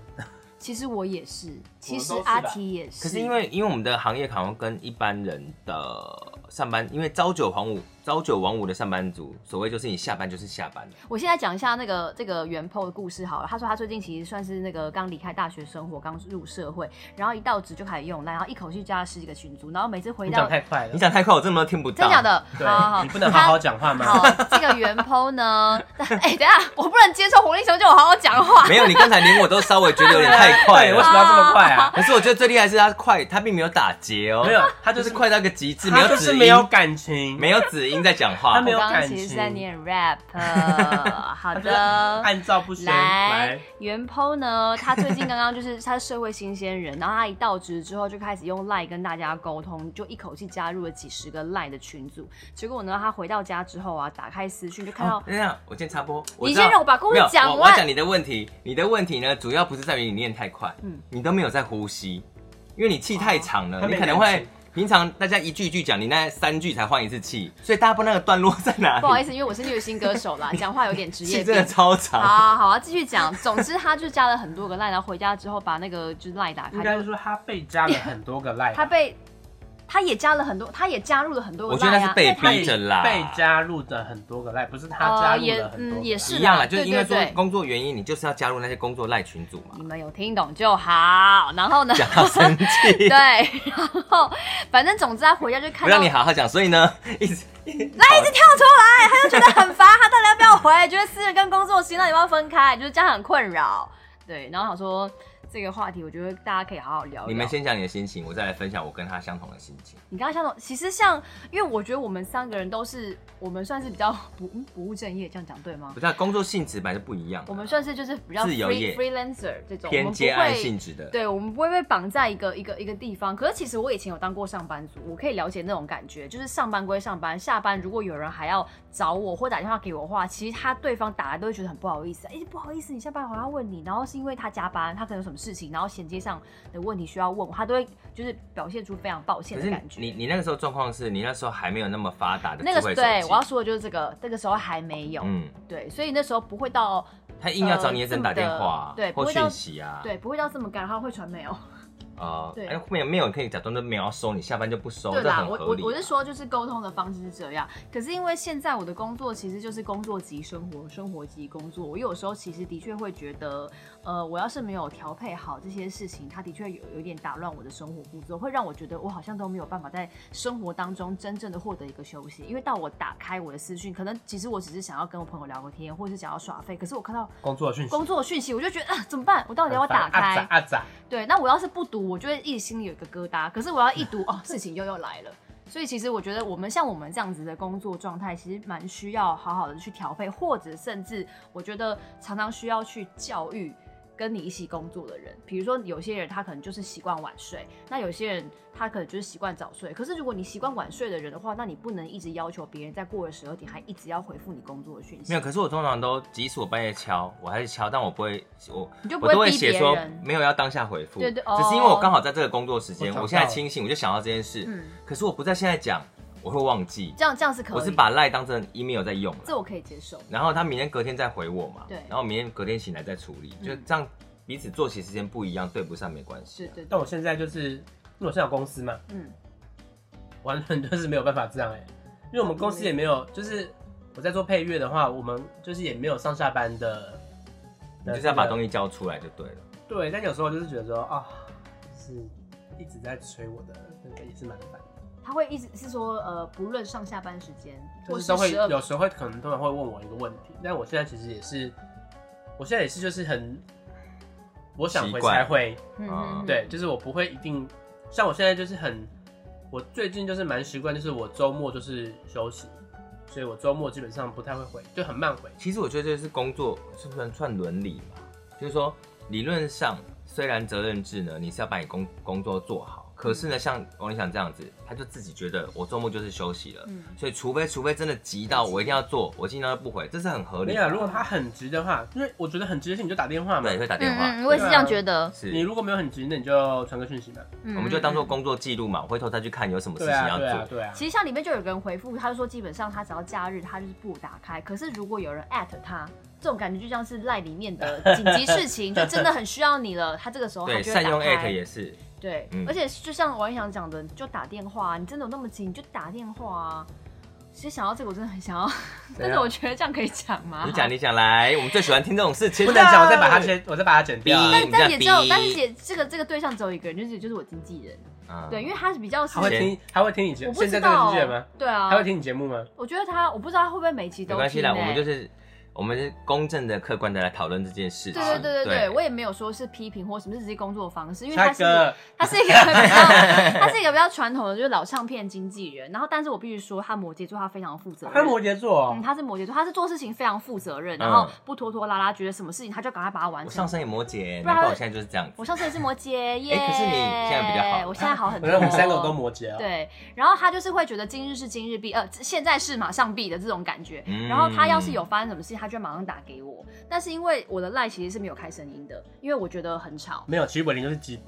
Speaker 1: 其实我也是，其实
Speaker 3: 都是吧
Speaker 1: 阿提也是，
Speaker 4: 可是因为因为我们的行业好像跟一般人的上班，因为朝九晚五，朝九晚五的上班族，所谓就是你下班就是下班，
Speaker 1: 我现在讲一下那个这个原 PO 的故事好了。他说他最近其实算是那个刚离开大学生活，刚入社会，然后一到职就开始用，然后一口气加了十几个群组，然后每次回
Speaker 3: 你
Speaker 1: 到
Speaker 3: 讲太快了，
Speaker 4: 你讲太快，我真的都听不到。
Speaker 1: 真假？的，
Speaker 3: 对
Speaker 1: 好好好，
Speaker 3: 你不能好好讲话
Speaker 1: 好
Speaker 3: 吗？，
Speaker 1: 这个原 PO 呢， <laughs> 哎、等一下我不能接受活力熊叫我好好讲话。
Speaker 4: 没有，你刚才连我都稍微觉得有点太
Speaker 1: <laughs>
Speaker 4: 快
Speaker 3: 对为什
Speaker 4: 了。
Speaker 3: 么要这么快啊？
Speaker 4: 可是我觉得最厉害的是他快，他并没有打结哦，
Speaker 3: 没有
Speaker 4: 他就是快到一个极致，没
Speaker 3: 他
Speaker 4: 有
Speaker 3: 就
Speaker 4: 子
Speaker 3: 是
Speaker 4: 音，
Speaker 3: 没有感情，
Speaker 4: 没有子音在讲话
Speaker 3: 他，没有
Speaker 1: 我刚刚
Speaker 3: 感
Speaker 1: 其实是
Speaker 3: 情
Speaker 1: 在念 rap。好呃
Speaker 3: <laughs> 他就是
Speaker 1: 的，
Speaker 3: 按照不宣
Speaker 1: 来
Speaker 3: 来，，
Speaker 1: 袁剖呢，他最近刚刚就是他是社会新鲜人，然后他一到职之后就开始用 Line 跟大家沟通，就一口气加入了几十个 Line 的群组。结果呢，他回到家之后啊，打开私讯就看到
Speaker 4: 哦，等一下，我先插播。
Speaker 1: 你
Speaker 4: 知道
Speaker 1: 先让我把故事
Speaker 4: 没有
Speaker 1: 讲
Speaker 4: 我我
Speaker 1: 完
Speaker 4: 要讲你的问题，你的问题呢，主要不是在于你念太快，
Speaker 1: 嗯
Speaker 4: 嗯，你都没有在呼吸，因为你气太长了，
Speaker 3: 嗯他没
Speaker 4: 你可能
Speaker 3: 感
Speaker 4: 会
Speaker 3: 情
Speaker 4: 平常大家一句一句讲，你那三句才换一次气，所以大家不知道那个段落在哪里。
Speaker 1: 不好意，思，因为我是虐心歌手啦，讲话有点职业
Speaker 3: <laughs>
Speaker 4: 气
Speaker 1: 病
Speaker 4: 真的。超
Speaker 1: 好
Speaker 4: 长。
Speaker 1: 啊好啊，继续讲。 <laughs> 总之，他就加了很多个 Line，然后回家之后把那个就是 Line 打
Speaker 3: 应
Speaker 1: 开，
Speaker 3: 该
Speaker 1: 就是
Speaker 3: 说他被加了很多个赖，
Speaker 1: 他被他也加了很多，他也加入了很多个
Speaker 4: 我
Speaker 1: Line
Speaker 4: 觉得
Speaker 1: 啊，
Speaker 4: 那是被
Speaker 1: 因为他
Speaker 4: 逼着啦
Speaker 3: 被加入的很多个赖，不是他加
Speaker 1: 呃
Speaker 3: 入
Speaker 1: 也
Speaker 3: 的很多
Speaker 1: 嗯
Speaker 3: 个
Speaker 1: 也是
Speaker 4: 一样啦，
Speaker 1: 啦，
Speaker 4: 就是
Speaker 1: 对
Speaker 4: 因为
Speaker 1: 对
Speaker 4: 说
Speaker 1: 对
Speaker 4: 工作原因，你就是要加入那些工作赖群组
Speaker 1: <laughs>
Speaker 4: 嘛
Speaker 1: 你。们有听懂就好。然后呢？ <laughs>
Speaker 4: 讲到生气 <laughs>
Speaker 1: 对，，然后反正总之他回家就
Speaker 4: 不
Speaker 1: 看到
Speaker 4: 让你好好讲，所以呢， <laughs> 一直
Speaker 1: 他一直跳出来，他就觉得很烦，他到底要不要回？觉得私人跟工作心到底要不要分开？就是这样很困扰。对，然后想说这个话题，我觉得大家可以好好聊一聊。
Speaker 4: 你们先讲你的心情，我再来分享我跟他相同的心情。
Speaker 1: 你刚刚像那种，其实像，因为我觉得我们三个人都是，我们算是比较 <laughs> 不嗯不务正业，这样讲对吗
Speaker 4: 不？是啊，工作性质本来就不一样啊，
Speaker 1: 我们算是就是比较
Speaker 4: 自由
Speaker 1: free
Speaker 4: 业
Speaker 1: freelancer 这种，我
Speaker 4: 偏
Speaker 1: 们
Speaker 4: 接
Speaker 1: 不
Speaker 4: 案
Speaker 1: 会
Speaker 4: 性质的。
Speaker 1: 对，我们不会被绑在一个一个一个地方。可是其实我以前有当过上班族，我可以了解那种感觉，就是上班归上班，下班如果有人还要找我或打电话给我的话，其实他对方打来都会觉得很不好意思，哎、不好意思，你下班我要问你，然后是因为他加班，他可能有什么事情，然后衔接上的问题需要问我，他都会就是表现出非常抱歉
Speaker 4: 可
Speaker 1: 的
Speaker 4: 是
Speaker 1: 感觉。
Speaker 4: 你你那个时候状况是你那时候还没有那么发达的
Speaker 1: 那
Speaker 4: 智
Speaker 1: 个
Speaker 4: 慧手机，
Speaker 1: 对我要说的就是这个，这个时候还没有，
Speaker 4: 嗯，
Speaker 1: 对，所以那时候不会到
Speaker 4: 他硬要找你也只能打电话、
Speaker 1: 呃这么的
Speaker 4: 啊
Speaker 1: 对不
Speaker 4: 或
Speaker 1: 会到
Speaker 4: 讯息啊，
Speaker 1: 对不会到这么干，然后会传没有。 <laughs>
Speaker 4: 啊，
Speaker 1: 对
Speaker 4: 哎没有没有，你可以假装都没有要收，你下班就不收，
Speaker 1: 对
Speaker 4: 这
Speaker 1: 啦
Speaker 4: 很，
Speaker 1: 我
Speaker 4: 合
Speaker 1: 我
Speaker 4: 理、啊
Speaker 1: 我是，说，就是沟通的方式是这样。可是因为现在我的工作其实就是工作及生活，生活及工作。我有时候其实的确会觉得，呃，我要是没有调配好这些事情，它的确有有一点打乱我的生活步骤，会让我觉得我好像都没有办法在生活当中真正的获得一个休息。因为到我打开我的私讯，可能其实我只是想要跟我朋友聊个天，或者是想要耍废，可是我看到
Speaker 3: 工作
Speaker 4: <laughs>
Speaker 3: 讯息。
Speaker 1: 工作讯息，我就觉得啊、怎么办？我到底要不要打
Speaker 3: 很烦
Speaker 1: 开？
Speaker 3: 啊咋啊
Speaker 1: 对，那我要是不读，我就会一直心里有一个疙瘩。可是我要一读，哦，事情又又来了。所以其实我觉得，我们像我们这样子的工作状态，其实蛮需要好好的去调配，或者甚至我觉得常常需要去教育跟你一起工作的人，比如说有些人他可能就是习惯晚睡，那有些人他可能就是习惯早睡。可是如果你习惯晚睡的人的话，那你不能一直要求别人在过了十二点还一直要回复你工作的讯息。
Speaker 4: 没有，可是我通常都，即使我半夜敲，我还是敲，但我不会，我
Speaker 1: 你就不
Speaker 4: 我都
Speaker 1: 会
Speaker 4: 会
Speaker 1: 逼
Speaker 4: 写
Speaker 1: 别
Speaker 4: 说
Speaker 1: 人。
Speaker 4: 没有要当下回复，
Speaker 1: 对对
Speaker 4: 只是因为我
Speaker 1: 哦
Speaker 4: 刚好在这个工作时间
Speaker 3: 我，找
Speaker 4: 我现在
Speaker 3: 到了
Speaker 4: 清醒，我就想到这件事，
Speaker 1: 嗯，
Speaker 4: 可是我不在现在讲，我会忘记，
Speaker 1: 这样这样是可以。
Speaker 4: 我是把赖当成 email 在用了，
Speaker 1: 这我可以接受。
Speaker 4: 然后他明天隔天再回我嘛，
Speaker 1: 对
Speaker 4: 然后明天隔天醒来再处理，就
Speaker 1: 嗯
Speaker 4: 这样彼此作息时间不一样，对不上没关
Speaker 1: 是
Speaker 4: 系啊。
Speaker 1: 对对
Speaker 3: 但，我现在就是，因为我现在有公司嘛，
Speaker 1: 嗯，
Speaker 3: 完全就是没有办法这样哎、因为我们公司也没有，就是我在做配乐的话，我们就是也没有上下班的，
Speaker 4: 你就是要把东
Speaker 3: 西
Speaker 4: 西交出来就对了。
Speaker 3: 对。但有时候就是觉得说啊，就是一直在催我的，那个也是蛮烦的。
Speaker 1: 他会一直是说呃，不论上下班时间，
Speaker 3: 就
Speaker 1: 或
Speaker 3: 是都会
Speaker 1: 十二
Speaker 3: 有时候会可能他们会问我一个问题，但我现在其实也是，我现在也是就是很，我想回
Speaker 4: 习惯
Speaker 3: 才回，
Speaker 1: 嗯
Speaker 4: 啊
Speaker 1: 嗯，
Speaker 3: 对，就是我不会一定，像我现在就是很，我最近就是蛮习惯，就是我周末就是休息，所以我周末基本上不太会回，就很慢回。
Speaker 4: 其实我觉得这是工作是不是算伦理嘛？就是说理论上虽然责任制呢，你是要把你工工作做好，可是
Speaker 1: 嗯
Speaker 4: 呢，像王理想这样子，他就自己觉得我周末就是休息了，
Speaker 1: 嗯
Speaker 4: 所以除非除非真的急到我一定要做，我尽量都不回，这是很合
Speaker 3: 没
Speaker 4: 理
Speaker 3: 有啊，
Speaker 4: 的。
Speaker 1: 嗯
Speaker 3: 如果他很急的话，因为我觉得很急的事你就打电话嘛
Speaker 4: 对，，会打电话，啊
Speaker 1: 嗯嗯，我也是这样觉得。
Speaker 4: 是
Speaker 3: 你如果没有很急，那你就传个讯息嘛。
Speaker 1: 嗯
Speaker 4: 我们就当做工作记录嘛，回头再去看有什么事
Speaker 3: 对
Speaker 4: 情
Speaker 3: 啊，
Speaker 4: 要
Speaker 3: 对啊，
Speaker 4: 做。
Speaker 3: 对啊。
Speaker 1: 其实像里面就有个人回复，他就说基本上他只要假日他就是不打开，可是如果有人 at 他，这种感觉就像是赖里面的紧急事情，就真的很需要你了，他这个时候他
Speaker 4: 对，
Speaker 1: 就会
Speaker 4: 善
Speaker 1: 打
Speaker 4: 用
Speaker 1: 开。
Speaker 4: 艾特也是，
Speaker 1: 对，
Speaker 4: 嗯
Speaker 1: 而且就像王一翔讲的，你就打电话、啊你真的有那么急，你就打电话啊。其实想到这个，我真的很想要，但是我觉得这样可以讲吗？
Speaker 4: 你讲你讲来，我们最喜欢听这种事情。
Speaker 3: 不能讲，我再把它先，我再把它剪掉啊。
Speaker 4: 哔
Speaker 1: 但但也只有
Speaker 4: 你，在
Speaker 1: 但
Speaker 4: 逼
Speaker 1: 是也这个这个对象只有一个人，就是就是我经纪人，
Speaker 4: 嗯
Speaker 1: 对，因为他是比较是
Speaker 3: 啊他，会听，他会听你节
Speaker 1: 我
Speaker 3: 目，
Speaker 1: 不
Speaker 3: 现
Speaker 1: 知
Speaker 3: 在这个
Speaker 1: 道
Speaker 3: 经纪人吗？，
Speaker 1: 对啊
Speaker 3: 他，会听你节目吗？
Speaker 1: 我觉得他，我不知道他会不会每期
Speaker 4: 没
Speaker 1: 都
Speaker 4: 关系
Speaker 1: 听
Speaker 4: 啦，
Speaker 1: 欸。
Speaker 4: 我们就是我们是公正的、客观的来讨论这件事情。
Speaker 1: 对对对对对，
Speaker 4: 对，
Speaker 1: 我也没有说是批评或什么，是只是工作方式，因为
Speaker 3: 下
Speaker 1: 他
Speaker 3: 一
Speaker 1: 是
Speaker 3: 个
Speaker 1: 他是一个比
Speaker 3: <laughs>
Speaker 1: 较他是一个比较传统的，就是老唱片经纪人。然后，但是我必须说，他摩羯座他非常负责
Speaker 3: 他
Speaker 1: 任。
Speaker 3: 摩羯座
Speaker 1: 嗯，
Speaker 3: 哦，
Speaker 1: 他是摩羯座，他是做事情非常负责任，
Speaker 4: 嗯
Speaker 1: 然后不拖拖拉拉，觉得什么事情他就赶快把它完
Speaker 4: 我
Speaker 1: 成
Speaker 4: 上。升也摩羯，
Speaker 1: 不然
Speaker 4: 难怪我现在就是这样子。
Speaker 1: 我上次也是摩羯耶，
Speaker 4: 哎可是你现在比较好
Speaker 1: 我现在好很
Speaker 3: 我
Speaker 1: 多。
Speaker 4: <laughs>
Speaker 3: 觉得我们三个都摩羯哦。
Speaker 1: 对，然后他就是会觉得今日是今日毕，呃，现在是马上毕的这种感觉。
Speaker 4: 嗯
Speaker 1: 然后他要是有发生什么事情，他就会马上打给我。但是因为我的赖其实是没有开声音的，因为我觉得很吵。
Speaker 3: 没有，其实伟林就是鸡，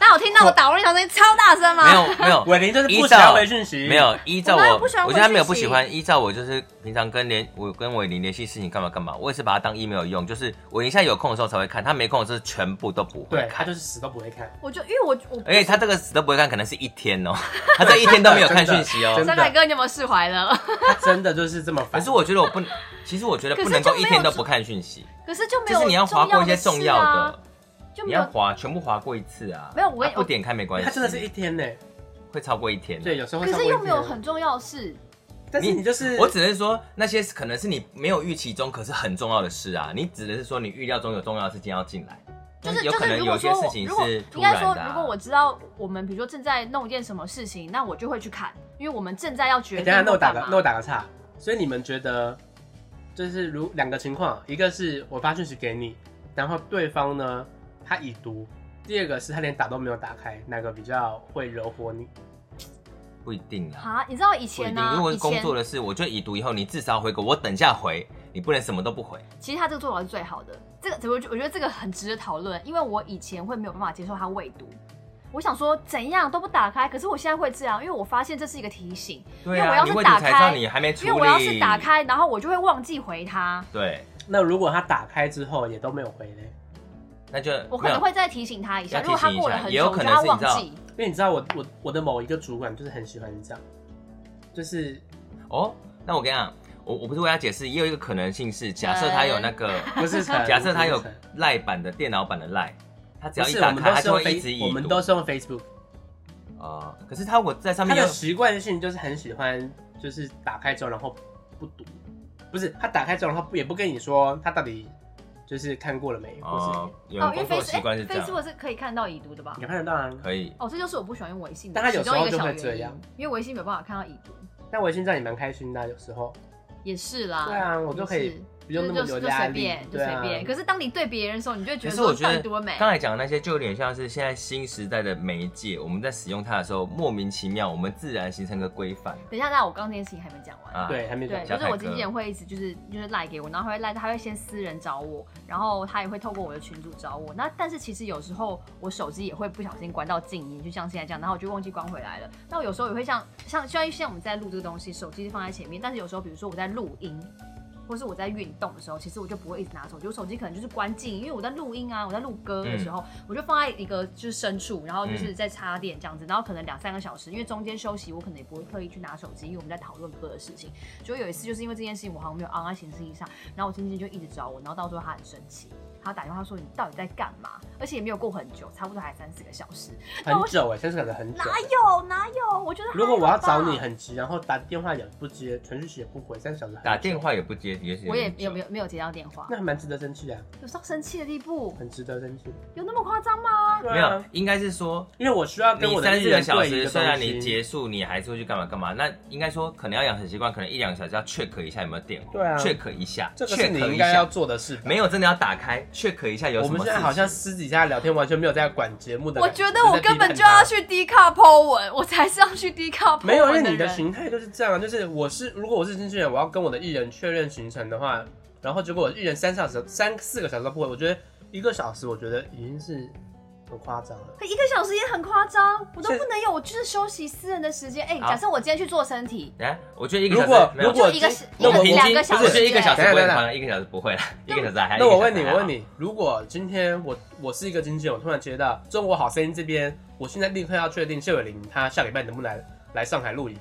Speaker 1: 那我听到我打完一条声音超大声吗？
Speaker 4: 没有
Speaker 1: <laughs>
Speaker 4: 没有，
Speaker 3: 伟林就是不
Speaker 4: 依
Speaker 3: 想要
Speaker 4: 照
Speaker 3: 回讯息，
Speaker 4: 没有依照
Speaker 1: 我哪
Speaker 4: 我，
Speaker 1: 有不喜欢
Speaker 4: 我觉得他
Speaker 1: 回
Speaker 4: 没有
Speaker 1: 讯
Speaker 4: 不喜
Speaker 1: 息
Speaker 4: 欢。依照我就是平常跟联我跟伟林联系事情干嘛干嘛，我也是把它当 email 用，就是我一下有空的时候才会看，他没空的时候全部都不会
Speaker 3: 对他
Speaker 4: 看。
Speaker 3: 就是死都不会看。
Speaker 1: 我就因为我我
Speaker 4: 而且他这个死都不会看，可能是一天
Speaker 1: <laughs>
Speaker 4: 哦、他这一天都没有看
Speaker 3: 真
Speaker 4: 讯
Speaker 3: 的
Speaker 4: 息哦、
Speaker 3: 真的
Speaker 1: 张凯哥，你有没有释怀了？
Speaker 4: <laughs>
Speaker 3: 他真的就是这么烦。
Speaker 4: 可是我觉得我不，其实我觉得不能够一天都不看讯息，
Speaker 1: 可是就没
Speaker 4: 就
Speaker 1: 有
Speaker 4: 是你要划过一些重要
Speaker 1: 的事啊，
Speaker 4: 的，
Speaker 1: 就
Speaker 4: 你
Speaker 1: 没
Speaker 4: 要
Speaker 1: 有
Speaker 4: 划全部划过一次啊。
Speaker 1: 没有我也
Speaker 4: 啊不点开没关系，
Speaker 3: 他真的是一天呢，
Speaker 4: 会超过一天。
Speaker 3: 对，，有时候会
Speaker 1: 可
Speaker 3: 超
Speaker 1: 是
Speaker 3: 过一
Speaker 1: 又
Speaker 3: 天
Speaker 1: 没有很，重要的事，
Speaker 3: 但是你就是哎
Speaker 4: 我只能说那些可能是你没有预期中，可是很重要的事啊。你只能是说你预料中有重要的事情要进来，
Speaker 1: 就是
Speaker 4: 有
Speaker 1: 就
Speaker 4: 可
Speaker 1: 是
Speaker 4: 能
Speaker 1: 如
Speaker 4: 有
Speaker 1: 果
Speaker 4: 些
Speaker 1: 说
Speaker 4: 事
Speaker 1: 我
Speaker 4: 情
Speaker 1: 如果
Speaker 4: 是
Speaker 1: 应
Speaker 4: 突
Speaker 1: 该
Speaker 4: 然
Speaker 1: 说
Speaker 4: 的、啊
Speaker 1: 如果我知道我们比如说正在弄一件什么事情，那我就会去看，因为我们正在要
Speaker 3: 哎
Speaker 1: 决
Speaker 3: 等一
Speaker 1: 定
Speaker 3: 下那我
Speaker 1: 要
Speaker 3: 打
Speaker 1: 干
Speaker 3: 个
Speaker 1: 嘛。
Speaker 3: 那我打个岔，所以你们觉得就是如两个情况，一个是我发讯息给你，然后对方呢他已读。第二个是他连打都没有打开，哪个比较会惹火你？
Speaker 4: 不一定啊。
Speaker 1: 啊，你知道以
Speaker 4: 不一
Speaker 1: 前呢、
Speaker 4: 定，如果
Speaker 1: 以
Speaker 4: 是工
Speaker 1: 前
Speaker 4: 作的事，我觉得已读以后，你至少回个我等一下回，你不能什么都不回。
Speaker 1: 其实他这个做法是最好的。这个我觉我觉得这个很值得讨论，因为我以前会没有办法接受他未读。我想说怎样都不打开，可是我现在会这样，因为我发现这是一个提醒，
Speaker 4: 对
Speaker 1: 因为我
Speaker 4: 啊，
Speaker 1: 要
Speaker 4: 你
Speaker 1: 是
Speaker 4: 未读
Speaker 1: 打
Speaker 4: 才知道
Speaker 1: 开，
Speaker 4: 你还没处理。
Speaker 1: 因为我要是打，开，然后我就会忘记回他，
Speaker 4: 对，
Speaker 3: 那如果他打开之后也都没有回嘞，
Speaker 4: 那就
Speaker 1: 我可
Speaker 4: 没有
Speaker 1: 能会再提醒他一下。
Speaker 4: 要
Speaker 1: 如果
Speaker 4: 提
Speaker 1: 他
Speaker 4: 醒一下
Speaker 1: 过了很
Speaker 4: 也
Speaker 1: 久，
Speaker 4: 有
Speaker 1: 我
Speaker 4: 可
Speaker 1: 就
Speaker 4: 能
Speaker 1: 他
Speaker 4: 是你
Speaker 1: 忘
Speaker 4: 知道
Speaker 1: 记。
Speaker 3: 因为你知道我我我的某一个主管就是很喜欢这样，就是
Speaker 4: 哦，那我跟你讲，我我不是为他解释，也有一个可能性是，假
Speaker 1: 哎
Speaker 4: 设他有那
Speaker 3: <laughs>
Speaker 4: 个，
Speaker 3: 不
Speaker 4: <laughs>
Speaker 3: 是成
Speaker 4: 假设他有
Speaker 3: 不是成
Speaker 4: 赖版的电脑版的赖，他只
Speaker 3: 不
Speaker 4: 要一
Speaker 3: 是
Speaker 4: 打
Speaker 3: 我们
Speaker 4: 开，
Speaker 3: 都
Speaker 4: 他
Speaker 3: 是
Speaker 4: 就
Speaker 3: 用
Speaker 4: 会一直
Speaker 3: Face，
Speaker 4: 已
Speaker 3: 我们
Speaker 4: 读
Speaker 3: 都是用 Facebook，
Speaker 4: 呃，可是他我在上
Speaker 3: 他
Speaker 4: 面
Speaker 3: 的
Speaker 4: 有，
Speaker 3: 习惯性就是很喜欢，就是打开之后然后不读，不是他打开之后然后也不跟你说他到底就是看过了没，或
Speaker 4: 哦
Speaker 3: 是，
Speaker 4: 有人
Speaker 1: 因为
Speaker 4: 工作
Speaker 1: Face
Speaker 4: 习惯是这
Speaker 1: Facebook
Speaker 4: 样，
Speaker 1: 是可以看到已读的吧
Speaker 3: 你？看得到啊。
Speaker 4: 可以，
Speaker 1: 哦，这就是我不喜欢用微信的
Speaker 3: 但它有
Speaker 1: 其中一个
Speaker 3: 时候
Speaker 1: 小
Speaker 3: 就
Speaker 1: 原
Speaker 3: 会这
Speaker 1: 因
Speaker 3: 样，
Speaker 1: 因为微信没有办法看到已读。
Speaker 3: 但微信这样也蛮开心的啊、有时候
Speaker 1: 也是啦，
Speaker 3: 对啊我
Speaker 1: 也
Speaker 3: 就可以
Speaker 1: 是
Speaker 3: 不用那么有
Speaker 1: 就就
Speaker 3: 压
Speaker 1: 随
Speaker 3: 力
Speaker 1: 便，，就
Speaker 3: 对
Speaker 1: 随
Speaker 3: 啊。
Speaker 1: 便。可是当你对别人的时候，你就会觉
Speaker 4: 可
Speaker 1: 得
Speaker 4: 是我
Speaker 1: 说
Speaker 4: 觉
Speaker 1: 到底
Speaker 4: 得
Speaker 1: 多美？
Speaker 4: 刚才讲的那些，就有点像是现在新时代的媒介，我们在使用它的时候，莫名其妙，我们自然形成个规范
Speaker 1: 等一下，那我刚刚那件事情还没讲完。
Speaker 4: 啊。
Speaker 3: 对，，还没讲
Speaker 1: 对，
Speaker 3: 完。
Speaker 1: 就
Speaker 4: 小
Speaker 1: 是
Speaker 4: 凯
Speaker 1: 我经纪
Speaker 4: 哥
Speaker 1: 人会一直就是就是赖给我，然后他会赖，他会先私人找我，然后他也会透过我的群组找我。那但是其实有时候我手机也会不小心关到静音，就像现在这样，然后我就忘记关回来了。那我有时候也会像像像像我们在录这个东西，手机是放在前面，但是有时候比如说我在录音。或是我在运动的时候，其实我就不会一直拿手机，我手机可能就是关静音，因为我在录音啊，我在录歌的时候，我就放在一个就是深处，然后
Speaker 3: 嗯
Speaker 1: 就是在插电这样子，然后可能两三个小时，因为中间休息，我可能也不会特意去拿手机，因为我们在讨论歌的事情。就有一次，就是因为这件事情，我好像没有昂在显示器上，然后我经纪人就一直找我，然后到最后他很生气，他打电话说你到底在干嘛？而且也没有过很久，差不多还三四个小时。
Speaker 3: 很久哎、欸，真是感觉很久
Speaker 1: 哪。有哪有？我觉得还
Speaker 3: <laughs> 如果我要找
Speaker 1: 好吧
Speaker 3: 你很急，然后打电话也不接，传讯息也不回，三小时很
Speaker 4: 打
Speaker 3: 久
Speaker 4: 电话也不接，也是
Speaker 1: 我也
Speaker 4: 点
Speaker 1: 没有没
Speaker 4: 久
Speaker 1: 有没有接到电话，
Speaker 3: 那还蛮值得生气啊，
Speaker 1: 有到生气的地步，
Speaker 3: 很值得生气。
Speaker 1: 有那么夸张吗？
Speaker 3: 对啊
Speaker 4: 没有，应该是说
Speaker 3: 因为我需要跟
Speaker 4: 你
Speaker 3: 我的
Speaker 4: 三
Speaker 3: 艺
Speaker 4: 四个
Speaker 3: 人
Speaker 4: 小
Speaker 3: 对一
Speaker 4: 时，
Speaker 3: 个
Speaker 4: 虽
Speaker 3: 东
Speaker 4: 然你
Speaker 3: 西。
Speaker 4: 结束，你还是会去干嘛干嘛。那应该说可能要养成习惯，可能一两个小时要 check 一下有没有电话，
Speaker 3: 对啊
Speaker 4: check 一下
Speaker 3: 这个是你
Speaker 4: ，check
Speaker 3: 应
Speaker 4: 一
Speaker 3: 该
Speaker 4: 下，
Speaker 3: 要做的事吧。
Speaker 4: 没有真的要打开 check 一下有
Speaker 3: 我
Speaker 4: 什
Speaker 3: 们
Speaker 4: 么
Speaker 3: 现
Speaker 4: 事
Speaker 3: 在
Speaker 4: 情。
Speaker 3: 好像私底下聊天，完全没有在管节目的
Speaker 1: 我
Speaker 3: 感。
Speaker 1: 觉得我
Speaker 3: 只是在批
Speaker 1: 根本
Speaker 3: 判
Speaker 1: 就要
Speaker 3: 他。
Speaker 1: 去 D 卡 Po 文，我才是要去 D 卡 Po 文
Speaker 3: 没有，因为你
Speaker 1: 的
Speaker 3: 的
Speaker 1: 人
Speaker 3: 形态就是这样啊，就是我是如果我是经纪人，我要跟我的艺人确认行程的话，然后结果我艺人三小时、三四个小时都不回，我觉得一个小时，我觉得已经是很夸张了。
Speaker 1: 可一个小时也很夸张，我都
Speaker 3: 是
Speaker 1: 不能有，我就是休息私人的时间。哎、
Speaker 4: 好
Speaker 1: 假设我今天去做身体，
Speaker 4: 哎，我觉得一个
Speaker 3: 如
Speaker 4: 小时
Speaker 3: 果
Speaker 4: 没有
Speaker 3: 如果
Speaker 1: 就一个
Speaker 3: 今
Speaker 1: 时一
Speaker 3: 那
Speaker 1: 个
Speaker 3: 我我
Speaker 1: 两个小
Speaker 4: 不
Speaker 1: 时，
Speaker 4: 是一个小时
Speaker 3: 等一下
Speaker 4: 不会
Speaker 3: 等一下
Speaker 4: 好像一个小时不会啦，一个小时还
Speaker 3: 那我问你，
Speaker 4: 一个小时还
Speaker 3: 我
Speaker 4: 好
Speaker 3: 问你，如果今天我我是一个经纪人，我突然接到《中国好声音》这边，我现在立刻要确定谢伟玲她下礼拜能不能来来上海录影。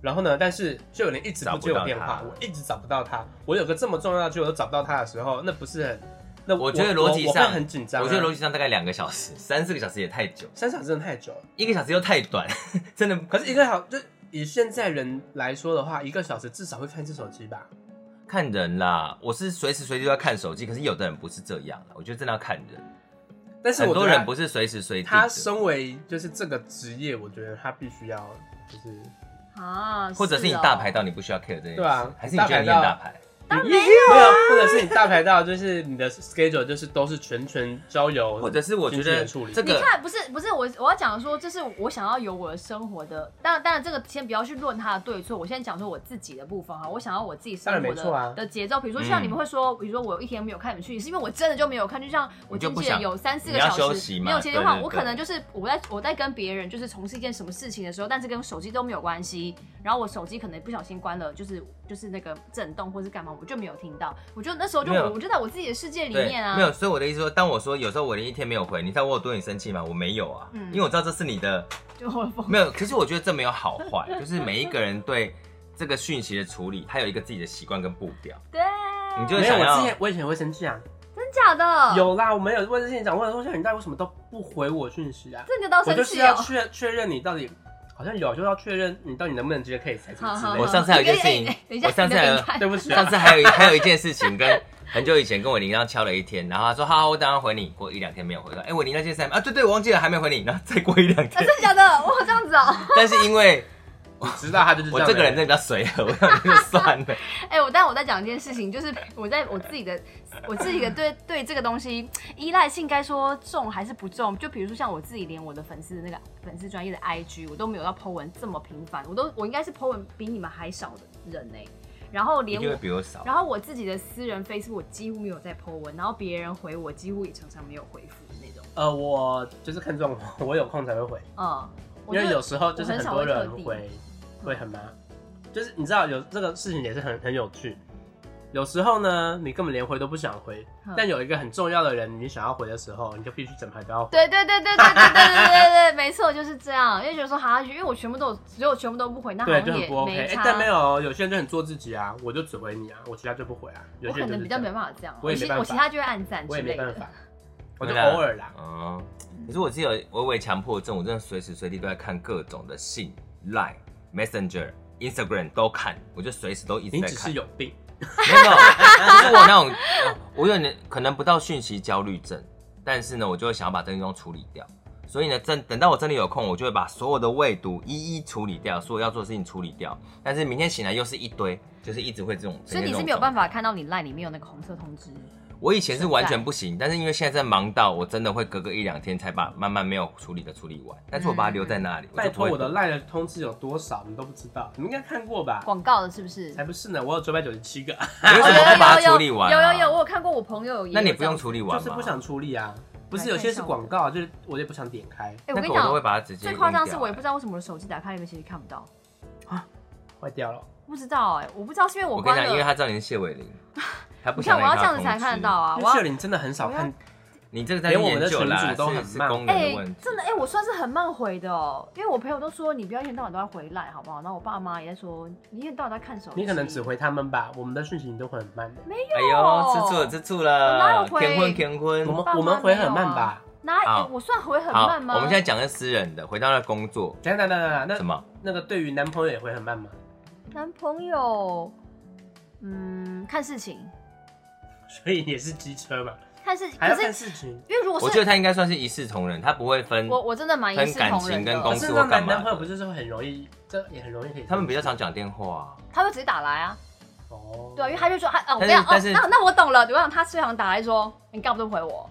Speaker 3: 然后呢，但是谢伟玲一直不接我电
Speaker 4: 找
Speaker 3: 话
Speaker 4: 不到她，
Speaker 3: 我一直找不到她。我有个这么重要的剧，我都找不到她的时候，那不是很？那
Speaker 4: 我觉得逻辑
Speaker 3: 我我
Speaker 4: 上
Speaker 3: 会很紧张啊、
Speaker 4: 我觉得逻辑上大概两个小时，三四个小时也太久，
Speaker 3: 三场真的太久了。
Speaker 4: 一个小时又太短， <laughs> 真的。
Speaker 3: 可是一个小就以现在人来说的话，一个小时至少会看一次手机吧。
Speaker 4: 看人啦，我是随时随地都要看手机，可是有的人不是这样啦，我觉得真的要看人。
Speaker 3: 但是
Speaker 4: 很
Speaker 3: 我
Speaker 4: 多
Speaker 3: 觉得
Speaker 4: 人不是随时随地
Speaker 3: 他
Speaker 4: 的，
Speaker 3: 身为就是这个职业，我觉得他必须要就是
Speaker 1: 啊，
Speaker 4: 或者是你
Speaker 1: 哦
Speaker 4: 大排档，你不需要 care 这件事，
Speaker 3: 对啊
Speaker 4: 还是你觉得你很大牌？
Speaker 1: 当然
Speaker 3: 没有啊，或者是你大排到就是你的 schedule 就是都是全权交由，
Speaker 4: 或者是我觉得
Speaker 3: 处理
Speaker 4: 这
Speaker 1: 你
Speaker 4: 个
Speaker 1: 看，不是不是，我我要讲说，这是我想要有我的生活的。当然，当然，这个先不要去论他的对错，我先讲说我自己的部分哈。我想要我自己生
Speaker 3: 当
Speaker 1: 活
Speaker 3: 然没错
Speaker 1: 的、
Speaker 3: 啊
Speaker 1: 的节奏，比如说像
Speaker 4: 嗯
Speaker 1: 你们会说，比如说我有一天没有看你们讯息，是因为我真的就没有看。就像我
Speaker 4: 你就
Speaker 1: 经
Speaker 4: 不
Speaker 1: 纪人
Speaker 4: 想
Speaker 1: 有三四
Speaker 4: 你
Speaker 1: 个
Speaker 4: 要
Speaker 1: 小
Speaker 4: 休
Speaker 1: 时
Speaker 4: 息
Speaker 1: 没
Speaker 4: 嘛
Speaker 1: 有接电
Speaker 4: 对
Speaker 1: 话，
Speaker 4: 对
Speaker 1: 我
Speaker 4: 对
Speaker 1: 可能就是我在我在跟别人就是从事一件什么事情的时候，但是跟手机都没有关系。然后我手机可能不小心关了，就是就是那个震动或是干嘛，我就没有听到。我就那时候就
Speaker 4: 没有
Speaker 1: 我就在我自己的世界里
Speaker 4: 对，
Speaker 1: 面啊，
Speaker 4: 没有，所以我的意思说，当我说有时候我连一天没有回，你知道我有多你生气吗？我没有啊，
Speaker 1: 嗯
Speaker 4: 因为我知道这是你的
Speaker 1: 就我疯
Speaker 4: 没有。可是我觉得这没有好坏， <laughs> 就是每一个人对这个讯息的处理，他有一个自己的习惯跟步调，
Speaker 1: 对，
Speaker 4: 你就会
Speaker 3: 没有，
Speaker 4: 想
Speaker 3: 我之
Speaker 4: 要
Speaker 3: 前我以前也会生气啊，
Speaker 1: 真假的
Speaker 3: 有啦，我没有问现场，我有说像你到底为什么都不回我讯息啊？
Speaker 1: 这你就到
Speaker 3: 我就
Speaker 1: 生
Speaker 3: 是
Speaker 1: 气
Speaker 3: 要
Speaker 1: 哦。
Speaker 3: 确确认你到底好像有，就是要确认你到底能不能接 case 才
Speaker 1: <laughs>
Speaker 3: 是
Speaker 1: 好
Speaker 3: 之
Speaker 1: 好
Speaker 3: 类
Speaker 1: 好
Speaker 4: 我
Speaker 3: 的。
Speaker 4: 上次还有一件事情
Speaker 1: 你可以哎等一下，
Speaker 4: 我上
Speaker 1: 你
Speaker 4: 次还
Speaker 1: 就给
Speaker 4: 有
Speaker 1: 你看
Speaker 3: 对不起啊
Speaker 4: 上，次还有一 <laughs> 还有一件事情，跟很久以前跟我铃铛敲了一天，然后他说好，我等一下回你。过一两天没有回到，哎、我铃铛现在三啊，对对，我忘记了还没回你，然后再过一
Speaker 1: <laughs>
Speaker 4: 两
Speaker 1: 啊，
Speaker 4: 天
Speaker 1: 真，的假的？哇，这样子哦、
Speaker 4: 但是因为
Speaker 3: 我知道他就是
Speaker 4: 我
Speaker 3: 样
Speaker 4: 这个人
Speaker 3: 的
Speaker 4: 真的比较随和，我想就算了。
Speaker 1: 哎、我但我在讲一件事情，就是我在我自己的我自己的对对这个东西依赖性，该说重还是不重？就比如说像我自己，连我的粉丝的那个粉丝专业的 IG，我都没有到 po 文这么频繁，我都我应该是 po 文比你们还少的人呢、然后
Speaker 4: 一
Speaker 1: 连
Speaker 4: 定会
Speaker 1: 我
Speaker 4: 比我少。
Speaker 1: 然后我自己的私人 Facebook 我几乎没有在 po 文，然后别人回我几乎也常常没有回复的那种。
Speaker 3: 呃，我就是看状况，我有空才会回，
Speaker 1: 嗯，我
Speaker 3: 因为
Speaker 1: 就
Speaker 3: 有时候就是
Speaker 1: 我很
Speaker 3: 很
Speaker 1: 少
Speaker 3: 多
Speaker 1: 会
Speaker 3: 人
Speaker 1: 特地嗯
Speaker 3: 会会很麻，就是你知道有这个事情也是很很有趣。有时候呢，你根本连回都不想回，
Speaker 1: 嗯
Speaker 3: 但有一个很重要的人，你想要回的时候，你就必须整排都要回。
Speaker 1: 对对对对对对对对对对，没错就是这样。因为觉得说哈，因为我全部都有只有全部都不啊回，那好
Speaker 3: 对，
Speaker 1: 像
Speaker 3: 就很
Speaker 1: 也
Speaker 3: 不 OK。
Speaker 1: 没
Speaker 3: 哎
Speaker 1: 差。，
Speaker 3: 但没有哦，有些人就很做自己啊，我就只回你啊，我其他就不回啊。有
Speaker 1: 我
Speaker 3: 些
Speaker 1: 可
Speaker 3: 人就
Speaker 1: 能
Speaker 3: 是
Speaker 1: 比较
Speaker 3: 这
Speaker 1: 没
Speaker 3: 样，
Speaker 1: 办法这样，
Speaker 3: 我也
Speaker 1: 我
Speaker 3: 没
Speaker 1: 其
Speaker 3: 办法
Speaker 1: 我其他就会暗赞
Speaker 3: 我
Speaker 1: 之
Speaker 3: 也没
Speaker 1: 类
Speaker 3: 办
Speaker 1: 的。
Speaker 4: <laughs>
Speaker 3: 法，我就
Speaker 4: 对啦
Speaker 3: 偶尔啦。
Speaker 4: 哦，可是我自己有微微强迫症，我真的随时随地都在看各种的信、Line、Messenger、Instagram 都看，我就随时都一直
Speaker 3: 你
Speaker 4: 在
Speaker 3: 只
Speaker 4: 看
Speaker 3: 是。有病，
Speaker 4: 没有，就是我那种， <laughs> 呃我有点可能不到讯息焦虑症，但是呢，我就会想要把这东西处理掉，所以呢，真等到我真的有空，我就会把所有的未读一一处理掉，所有要做的事情处理掉。但是明天醒来又是一堆，就是一直会这种。
Speaker 1: 所以你是没有办法看到你 line 里面有那个红色通知。
Speaker 4: 我以前是完全不行，但是因为现在在忙到我真的会隔个一两天才把慢慢没有处理的处理完，但是我把它留在那里。
Speaker 3: 拜托，我的
Speaker 4: 烂。
Speaker 3: 赖的通知有多少，你都不知道，你们应该看过吧？
Speaker 1: 广告了是不是？
Speaker 3: 才不是呢，我有九百九十七个，
Speaker 4: 你为什么会把它处理完、
Speaker 1: 有
Speaker 4: 啊？
Speaker 1: 有有，我有看过我朋友也有这样子。
Speaker 4: 那你不用处理完
Speaker 3: 就
Speaker 4: 吗？
Speaker 3: 是不想处理啊。不是有些是广告，就是我也不想点开，
Speaker 1: 哎、我
Speaker 4: 那
Speaker 1: 跟
Speaker 4: 个
Speaker 1: 你
Speaker 4: 我都会
Speaker 1: 讲，
Speaker 4: 把它直接
Speaker 1: 最夸张
Speaker 4: 用
Speaker 1: 是
Speaker 4: 掉
Speaker 1: 我也不知道为什么我手机打开里面其实看不到，
Speaker 3: 坏掉了。
Speaker 1: 不知道哎、我不知道是因为我
Speaker 4: 我跟
Speaker 1: 关
Speaker 4: 你讲，因为
Speaker 1: 了。
Speaker 4: 他知道你是谢
Speaker 1: <laughs>
Speaker 4: 伟玲，他不
Speaker 1: 你
Speaker 4: 想
Speaker 1: 看，我要
Speaker 4: 让
Speaker 1: 这
Speaker 4: 他
Speaker 1: 样子才
Speaker 4: 通知
Speaker 1: 看得到。啊！我
Speaker 3: 因为
Speaker 1: 要
Speaker 3: 秀玲真的很少看，
Speaker 4: 你这个在
Speaker 3: 连我们
Speaker 4: 研
Speaker 3: 的
Speaker 4: 究
Speaker 3: 群
Speaker 4: 啦，
Speaker 3: 组都很
Speaker 4: 是是
Speaker 3: 慢
Speaker 4: 功能
Speaker 1: 哎、
Speaker 4: 的问题。
Speaker 1: 真的哎、我算是很慢回的哦、因为我朋友都说你不要一天到晚都在回来，好不好？然后我爸妈也在说你一天到晚在看手机，
Speaker 3: 你可能只回他们吧，我们的讯息你都会很慢的。
Speaker 4: 哎呦，吃醋了，吃醋
Speaker 1: 我哪有，
Speaker 4: 了
Speaker 1: 回
Speaker 4: 天婚天婚
Speaker 3: 我。们
Speaker 1: 爸妈
Speaker 3: 我们回很慢吧？
Speaker 1: 哪、
Speaker 4: 好
Speaker 1: 哎我算回很
Speaker 4: 好，
Speaker 1: 慢吗？
Speaker 4: 我们现在讲的是私人的，回到那工作，
Speaker 3: 等一下等一下等
Speaker 4: 什
Speaker 3: 一下，
Speaker 4: 么？
Speaker 3: 那那个对于男朋友也回很慢吗？ <laughs>
Speaker 1: 男朋友，嗯，看事情，
Speaker 3: 所以也是机车嘛，
Speaker 1: 看事情，
Speaker 3: 还
Speaker 1: 可
Speaker 3: 要
Speaker 1: 是
Speaker 3: 看事情。
Speaker 1: 因为如果
Speaker 4: 我觉
Speaker 1: 是
Speaker 4: 得他应该算是一视同仁，他不会分。
Speaker 1: 我我真的蛮一视
Speaker 4: 很感
Speaker 1: 同仁
Speaker 4: 情
Speaker 1: 的，
Speaker 4: 跟公
Speaker 3: 可
Speaker 4: 司
Speaker 3: 是
Speaker 4: 或
Speaker 3: 那
Speaker 4: 干
Speaker 3: 男
Speaker 4: 嘛
Speaker 3: 男朋友不就是会很容易，这也很容易可以。
Speaker 4: 他们比较常讲电话，
Speaker 1: 他会直接打来啊，
Speaker 3: 哦，
Speaker 1: 对啊，因为他就说他啊，我跟
Speaker 4: 但是
Speaker 1: 你讲哦
Speaker 4: 但是，
Speaker 1: 那那我懂了，我想他最常打来说你干嘛都不回我。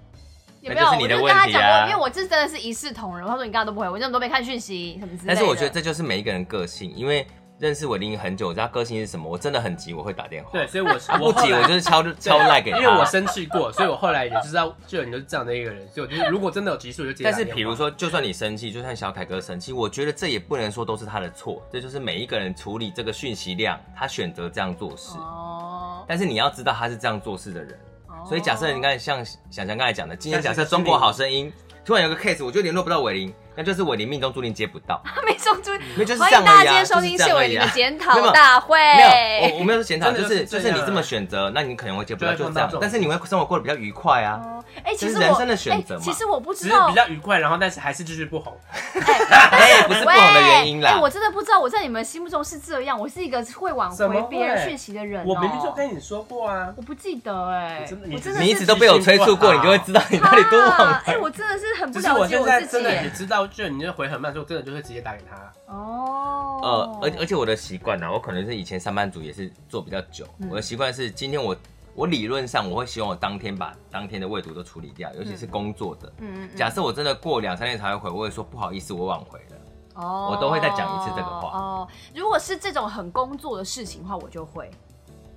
Speaker 1: 有没有？
Speaker 4: 那就是
Speaker 1: 我
Speaker 4: 你的
Speaker 1: 跟他
Speaker 4: 问题啊
Speaker 1: 讲过，因为我这真的是一视同仁。他说你干嘛都不回我，你怎么都没看讯息什么之类的。
Speaker 4: 但是我觉得这就是每一个人个性，因为认识我已经很久，我知道个性是什么。我真的很急，我会打电话。
Speaker 3: 对，，所以我
Speaker 4: 啊不
Speaker 3: 我后
Speaker 4: 急，
Speaker 3: 来
Speaker 4: 我就是敲敲
Speaker 3: 对
Speaker 4: 赖给他。
Speaker 3: 因为我生气过，所以我后来也知道，就有你就是这样的一个人，所以我就是如果真的有急事，我就直接打
Speaker 4: 但
Speaker 3: 电
Speaker 4: 是
Speaker 3: 话。
Speaker 4: 比如说，就算你生气，就算小凯哥生气，我觉得这也不能说都是他的错，这就是每一个人处理这个讯息量，他选择这样做事。
Speaker 1: 哦，
Speaker 4: 但是你要知道他是这样做事的人，
Speaker 1: 哦
Speaker 4: 所以假设你看像想想刚才讲的，今天假
Speaker 3: 像是
Speaker 4: 设中国好声音突然有个 case，我就联络不到伟玲，那就是伟玲命中注定接不到，
Speaker 1: 他没送出， <laughs>
Speaker 4: 因为就是
Speaker 1: 欢
Speaker 4: 这样
Speaker 1: 迎大
Speaker 4: 而已
Speaker 1: 家
Speaker 4: 啊，
Speaker 1: 今天收
Speaker 4: 就是
Speaker 1: 听
Speaker 4: 这
Speaker 1: 谢
Speaker 4: 样而
Speaker 1: 伟
Speaker 4: 已
Speaker 1: 玲
Speaker 4: 啊
Speaker 1: 的检讨
Speaker 4: 没有
Speaker 1: 大会。
Speaker 4: 没
Speaker 1: 哎
Speaker 4: 有，我我没有说检讨，
Speaker 3: 真
Speaker 4: 就
Speaker 3: 的
Speaker 4: 是
Speaker 3: 就是
Speaker 4: 就
Speaker 3: 这
Speaker 4: 是
Speaker 3: 样啊
Speaker 4: 你这么选择，那你可能会接不到，
Speaker 3: 就会
Speaker 4: 就是
Speaker 3: 碰
Speaker 4: 这
Speaker 3: 到
Speaker 4: 样
Speaker 3: 这。种
Speaker 4: 但是你会生活过得比较愉快啊。
Speaker 1: 哦，哎，其
Speaker 4: 这
Speaker 1: 实
Speaker 4: 是
Speaker 1: 我
Speaker 4: 人生的选择
Speaker 1: 哎
Speaker 4: 嘛
Speaker 1: 其实我不
Speaker 3: 只
Speaker 1: 知
Speaker 3: 是
Speaker 1: 道
Speaker 3: 比，较愉快，然后但是还是继续不红。
Speaker 4: 哎，不是不
Speaker 1: 哦喂，
Speaker 4: 好的原因啦
Speaker 1: 哎，。我真的不知道我在你们心目中是这样，我是一个会挽
Speaker 3: 怎么
Speaker 1: 回
Speaker 3: 会
Speaker 1: 别人讯息的人哦。
Speaker 3: 我明明就跟你说过啊，
Speaker 1: 我不记得哎
Speaker 3: 你真的，
Speaker 1: 我
Speaker 3: 你
Speaker 1: 真
Speaker 3: 真的
Speaker 1: 的
Speaker 4: 你一
Speaker 1: 是
Speaker 4: 直都被我催促过，你就会知道你哪里多
Speaker 1: 啊
Speaker 4: 忘了。
Speaker 1: 哎，我真的是很不
Speaker 3: 只是我
Speaker 1: 了解
Speaker 3: 现在
Speaker 1: 自
Speaker 3: 真
Speaker 1: 己
Speaker 3: 的也
Speaker 1: 哎。
Speaker 3: 知道，就你就回很慢，所以我真的就会直接打给他。
Speaker 1: 哦，
Speaker 4: 呃，而而且我的习惯啊呢，我可能是以前上班族也是做比较久，
Speaker 1: 嗯
Speaker 4: 我的习惯是今天我我理论上我会希望我当天把当天的未读都处理掉，尤其是工作的。
Speaker 1: 嗯嗯嗯
Speaker 4: 假设我真的过两三天才会回，我会说不好意思，我晚回了。
Speaker 1: 哦
Speaker 4: 我都会再讲一次这个话
Speaker 1: 哦，如果是这种很工作的事情的话，我就会。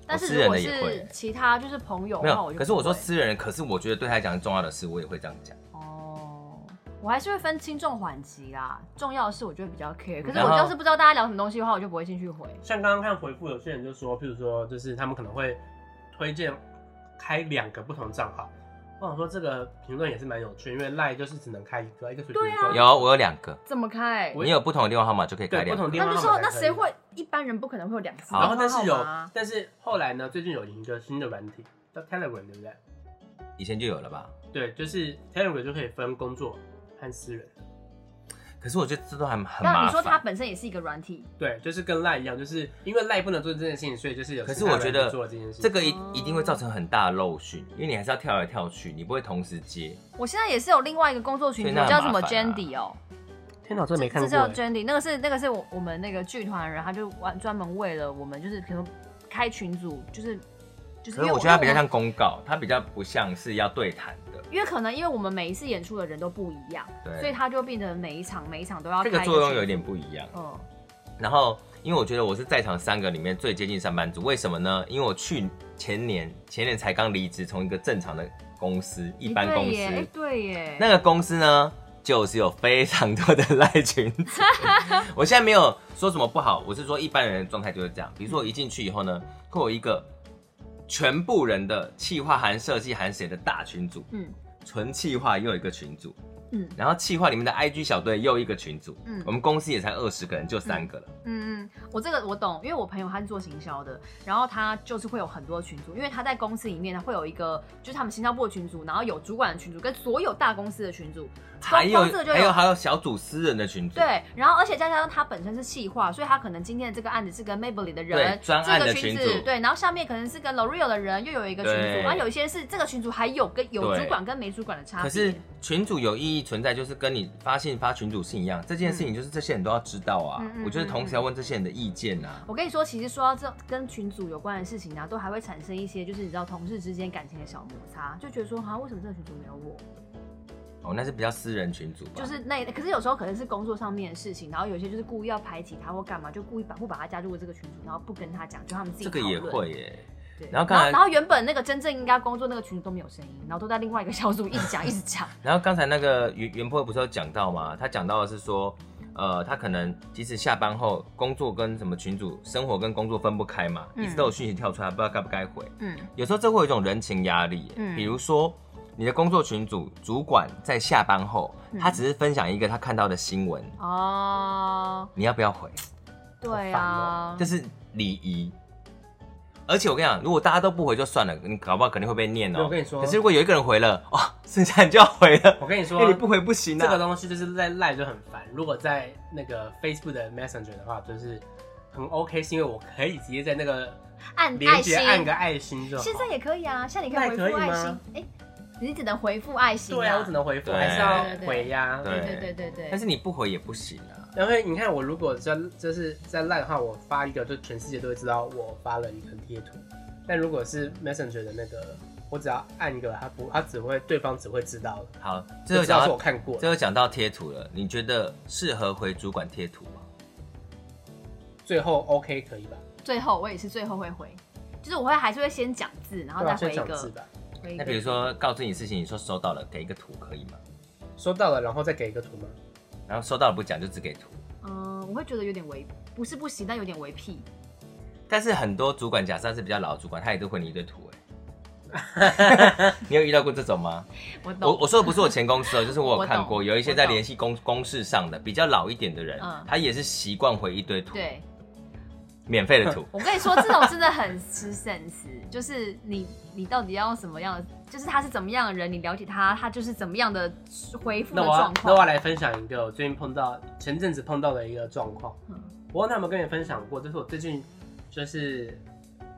Speaker 1: 但是
Speaker 4: 私
Speaker 1: 如
Speaker 4: 人
Speaker 1: 果
Speaker 4: 的也
Speaker 1: 是
Speaker 4: 会
Speaker 1: 其他就是朋友
Speaker 4: 没
Speaker 1: 的话，
Speaker 4: 有
Speaker 1: 我，就
Speaker 4: 可是我
Speaker 1: 不
Speaker 4: 说
Speaker 1: 会
Speaker 4: 私人，可是我觉得对他来讲重要的事，我也会这样讲。
Speaker 1: 哦，我还是会分轻重缓急啦。重要的事我就会比较 care，可是
Speaker 4: 然
Speaker 1: 我
Speaker 4: 后
Speaker 1: 要是不知道大家聊什么东西的话，我就不会进去回。
Speaker 3: 像刚刚看回复，有些人就说，譬如说，就是他们可能会推荐开两个不同账号。我想说这个评论也是蛮有趣，因为赖就是只能开一个，一个随
Speaker 1: 对
Speaker 3: 便
Speaker 1: 啊
Speaker 3: 说
Speaker 4: 有，我有两个，
Speaker 1: 怎么开？
Speaker 3: 我
Speaker 4: 你有不同的电话号码就可以开
Speaker 3: 对不
Speaker 4: 两个
Speaker 3: 同。电话
Speaker 1: 那
Speaker 3: 号
Speaker 1: 就
Speaker 3: 码
Speaker 1: 是说
Speaker 3: 才
Speaker 1: 那
Speaker 3: 可以
Speaker 1: 谁？会？一般人不可能会有两次电
Speaker 4: 好
Speaker 1: 话
Speaker 3: 然
Speaker 1: 号
Speaker 3: 后
Speaker 1: 码啊。
Speaker 3: 但是有，但是后来呢？最近有一个新的软体叫 Telegram，对不对？
Speaker 4: 以前就有了吧？
Speaker 3: 对，就是 Telegram 就可以分工作和私人。
Speaker 4: 可是我觉得这都还很
Speaker 1: 那
Speaker 4: 麻
Speaker 1: 你说它
Speaker 4: 烦。
Speaker 1: 本身也是一个软体，
Speaker 3: 对，就是跟赖一样，就是因为赖不能做这件事情，所以就是有
Speaker 4: 可
Speaker 3: 其
Speaker 4: 是
Speaker 3: 他
Speaker 4: 我
Speaker 3: 人
Speaker 4: 觉得
Speaker 3: 做了这件事情。
Speaker 4: 这个一
Speaker 1: 哦
Speaker 4: 一定会造成很大的漏讯，因为你还是要跳来跳去，你不会同时接。
Speaker 1: 我现在也是有另外一个工作群
Speaker 4: 所以
Speaker 1: 组，
Speaker 4: 那很
Speaker 1: 叫什么
Speaker 4: 麻烦啊
Speaker 1: Jandy 哦，
Speaker 3: 天哪，这没看
Speaker 1: 这
Speaker 3: 过
Speaker 1: 叫
Speaker 3: 欸。
Speaker 1: Jandy，那个是那个是我我们那个剧团人，他就玩专门为了我们，就是比如开群组，就是就是
Speaker 4: 可
Speaker 1: 因为
Speaker 4: 是我觉得它比较
Speaker 1: 因为
Speaker 4: 像公告，它比较不像是要对谈的。
Speaker 1: 因为可能因为我们每一次演出的人都不一样，
Speaker 4: 对
Speaker 1: 所以他就变成每一场每一场都要
Speaker 4: 这
Speaker 1: 开
Speaker 4: 个
Speaker 1: 一
Speaker 4: 作用
Speaker 1: 群
Speaker 4: 有点
Speaker 1: 组
Speaker 4: 不一样。
Speaker 1: 嗯
Speaker 4: 然后，因为我觉得我是在场三个里面最接近上班族，为什么呢？因为我去前年前年才刚离职，从一个正常的公司一般
Speaker 1: 诶
Speaker 4: 公
Speaker 1: 对耶，诶
Speaker 4: 司，
Speaker 1: 对耶，
Speaker 4: 那个公司呢，就是有非常多的赖群
Speaker 1: <laughs>
Speaker 4: 组。我现在没有说什么不好，我是说一般人的状态就是这样。比如说我一进去以后呢，会有一个全部人的企划函、设计函写的大群组，
Speaker 1: 嗯
Speaker 4: 纯企划又有一个群组，
Speaker 1: 嗯
Speaker 4: 然后企划里面的 IG 小队又一个群组，
Speaker 1: 嗯
Speaker 4: 我们公司也才二十个人，就三个了。
Speaker 1: 嗯嗯，我这个我懂，因为我朋友他是做行销的，然后他就是会有很多群组，因为他在公司里面他会有一个，就是他们行销部的群组，然后有主管的群组，跟所有大公司的群组，
Speaker 4: 还有
Speaker 1: 光这个就
Speaker 4: 还有还有小组私人的群组，
Speaker 1: 对，然后而且再加上他本身是企划，所以他可能今天的这个案子是跟 Maybelline 的
Speaker 4: 对
Speaker 1: 人，
Speaker 4: 专案
Speaker 1: 这个
Speaker 4: 的
Speaker 1: 群
Speaker 4: 群
Speaker 1: 组
Speaker 4: 组
Speaker 1: 对，然后下面可能是跟 L'Oreal 的人又有一个群
Speaker 4: 对
Speaker 1: 组，然后有一些是这个群组还有跟有
Speaker 4: 对
Speaker 1: 主管跟没主管的差别，
Speaker 4: 可是群主有意义存在，就是跟你发信发群主信一样，这件事情就是这些人都要知道啊。
Speaker 1: 嗯嗯嗯嗯
Speaker 4: 我就是同时要问这些人的意见啊。
Speaker 1: 我跟你说，其实说到这跟群组有关的事情啊，都还会产生一些，就是你知道同事之间感情的小摩擦，就觉得说，哈、为什么这个群组没有我？
Speaker 4: 哦，那是比较私人群主吧？
Speaker 1: 嗯就是那，可是有时候可能是工作上面的事情，然后有些就是故意要排挤他或干嘛，就故意把不把他加入这个群组，然后不跟他讲，就他们自己
Speaker 4: 这个也
Speaker 1: 讨论
Speaker 4: 会。耶。
Speaker 1: 对
Speaker 4: 然后刚
Speaker 1: 然后
Speaker 4: 才
Speaker 1: 然后原本那个真正应该工作那个群组都没有声音，然后都在另外一个小组一直讲一直
Speaker 3: <laughs>
Speaker 1: 讲。
Speaker 4: 然后刚才那个袁袁坡不是有讲到吗？他讲到的是说，呃，他可能即使下班后工作跟什么群主生活跟工作分不开嘛，
Speaker 1: 嗯
Speaker 4: 一直都有讯息跳出来，不知道该不该回。
Speaker 1: 嗯
Speaker 4: 有时候这会有一种人情压力耶，
Speaker 1: 嗯
Speaker 4: 比如说你的工作群组主管在下班后，
Speaker 1: 嗯
Speaker 4: 他只是分享一个他看到的新闻，
Speaker 1: 哦，
Speaker 4: 你要不要回？
Speaker 1: 对
Speaker 3: 好烦
Speaker 1: 啊
Speaker 3: 哦，
Speaker 4: 这是礼仪。而且我跟你讲，如果大家都不回就算了，你搞不好肯定会被念哦、
Speaker 3: 对我跟你说
Speaker 4: 可是如果有一个人回了，哇、剩下你就要回了。
Speaker 3: 我跟你说，
Speaker 4: 哎、你不回不行啊！
Speaker 3: 这个东西就是在赖就很烦。如果在那个 Facebook 的 Messenger 的话，就是很 OK，是因为我可以直接在那个
Speaker 1: 按
Speaker 3: 连
Speaker 1: 爱
Speaker 3: 接
Speaker 1: 心，
Speaker 3: 按个爱心就好。
Speaker 1: 现在也可以啊，现在你可以回
Speaker 3: 那也
Speaker 1: 复
Speaker 3: 可以
Speaker 1: 爱
Speaker 3: 吗
Speaker 1: 心，哎、你只能回复爱心、
Speaker 3: 对啊，我只能回复，
Speaker 4: 对
Speaker 3: 还是要回呀、
Speaker 4: 对
Speaker 1: 对对对对对。
Speaker 4: 但是你不回也不行啊。
Speaker 3: 然后你看，我如果在就是在赖的话，我发一个，就全世界都会知道我发了一个贴图。但如果是 Messenger 的那个，我只要按一个，他不，他只会对方只会知道，
Speaker 4: 好，这
Speaker 3: 就
Speaker 4: 就
Speaker 3: 知道
Speaker 4: 讲
Speaker 3: 是
Speaker 4: 到
Speaker 3: 我看过
Speaker 4: 这就讲到贴图了。你觉得适合回主管贴图吗？
Speaker 3: 最后 OK 可以吧？
Speaker 1: 最后我也是最后会回，就是我会还是会先讲字，然后
Speaker 3: 对
Speaker 1: 再
Speaker 3: 啊，
Speaker 1: 回
Speaker 3: 先
Speaker 1: 一
Speaker 3: 讲
Speaker 1: 个。
Speaker 3: 字吧。
Speaker 1: 回一
Speaker 4: 那
Speaker 1: 个
Speaker 4: 比如说告知你事情，你说收到了，给一个图可以吗？
Speaker 3: 收到了，然后再给一个图吗？
Speaker 4: 然后收到了不讲，就只给图。
Speaker 1: 嗯，我会觉得有点违，不是不行，但有点违屁。
Speaker 4: 但是很多主管，假设是比较老的主管，他也都回你一堆图、哎， <laughs> 你有遇到过这种吗？
Speaker 1: 我懂，
Speaker 4: 我我说的不是我前公司哦，就是
Speaker 1: <laughs> 我
Speaker 4: 我有
Speaker 1: 懂
Speaker 4: 看过有一些在联系公公事上的比较老一点的人，
Speaker 1: 嗯
Speaker 4: 他也是习惯回一堆图，
Speaker 1: 对。
Speaker 4: 免费的图
Speaker 1: 我跟你说，这种真的很吃 sense，就是你你到底要用什么样的，就是他是怎么样的人，你了解他，他就是怎么样的回复
Speaker 3: 那
Speaker 1: 的
Speaker 3: 我要
Speaker 1: 状
Speaker 3: 那我要
Speaker 1: 况。
Speaker 3: 来分享一个我最近碰到前阵子碰到的一个状况，
Speaker 1: 嗯
Speaker 3: 我忘他有没有跟你分享过，就是我最近就是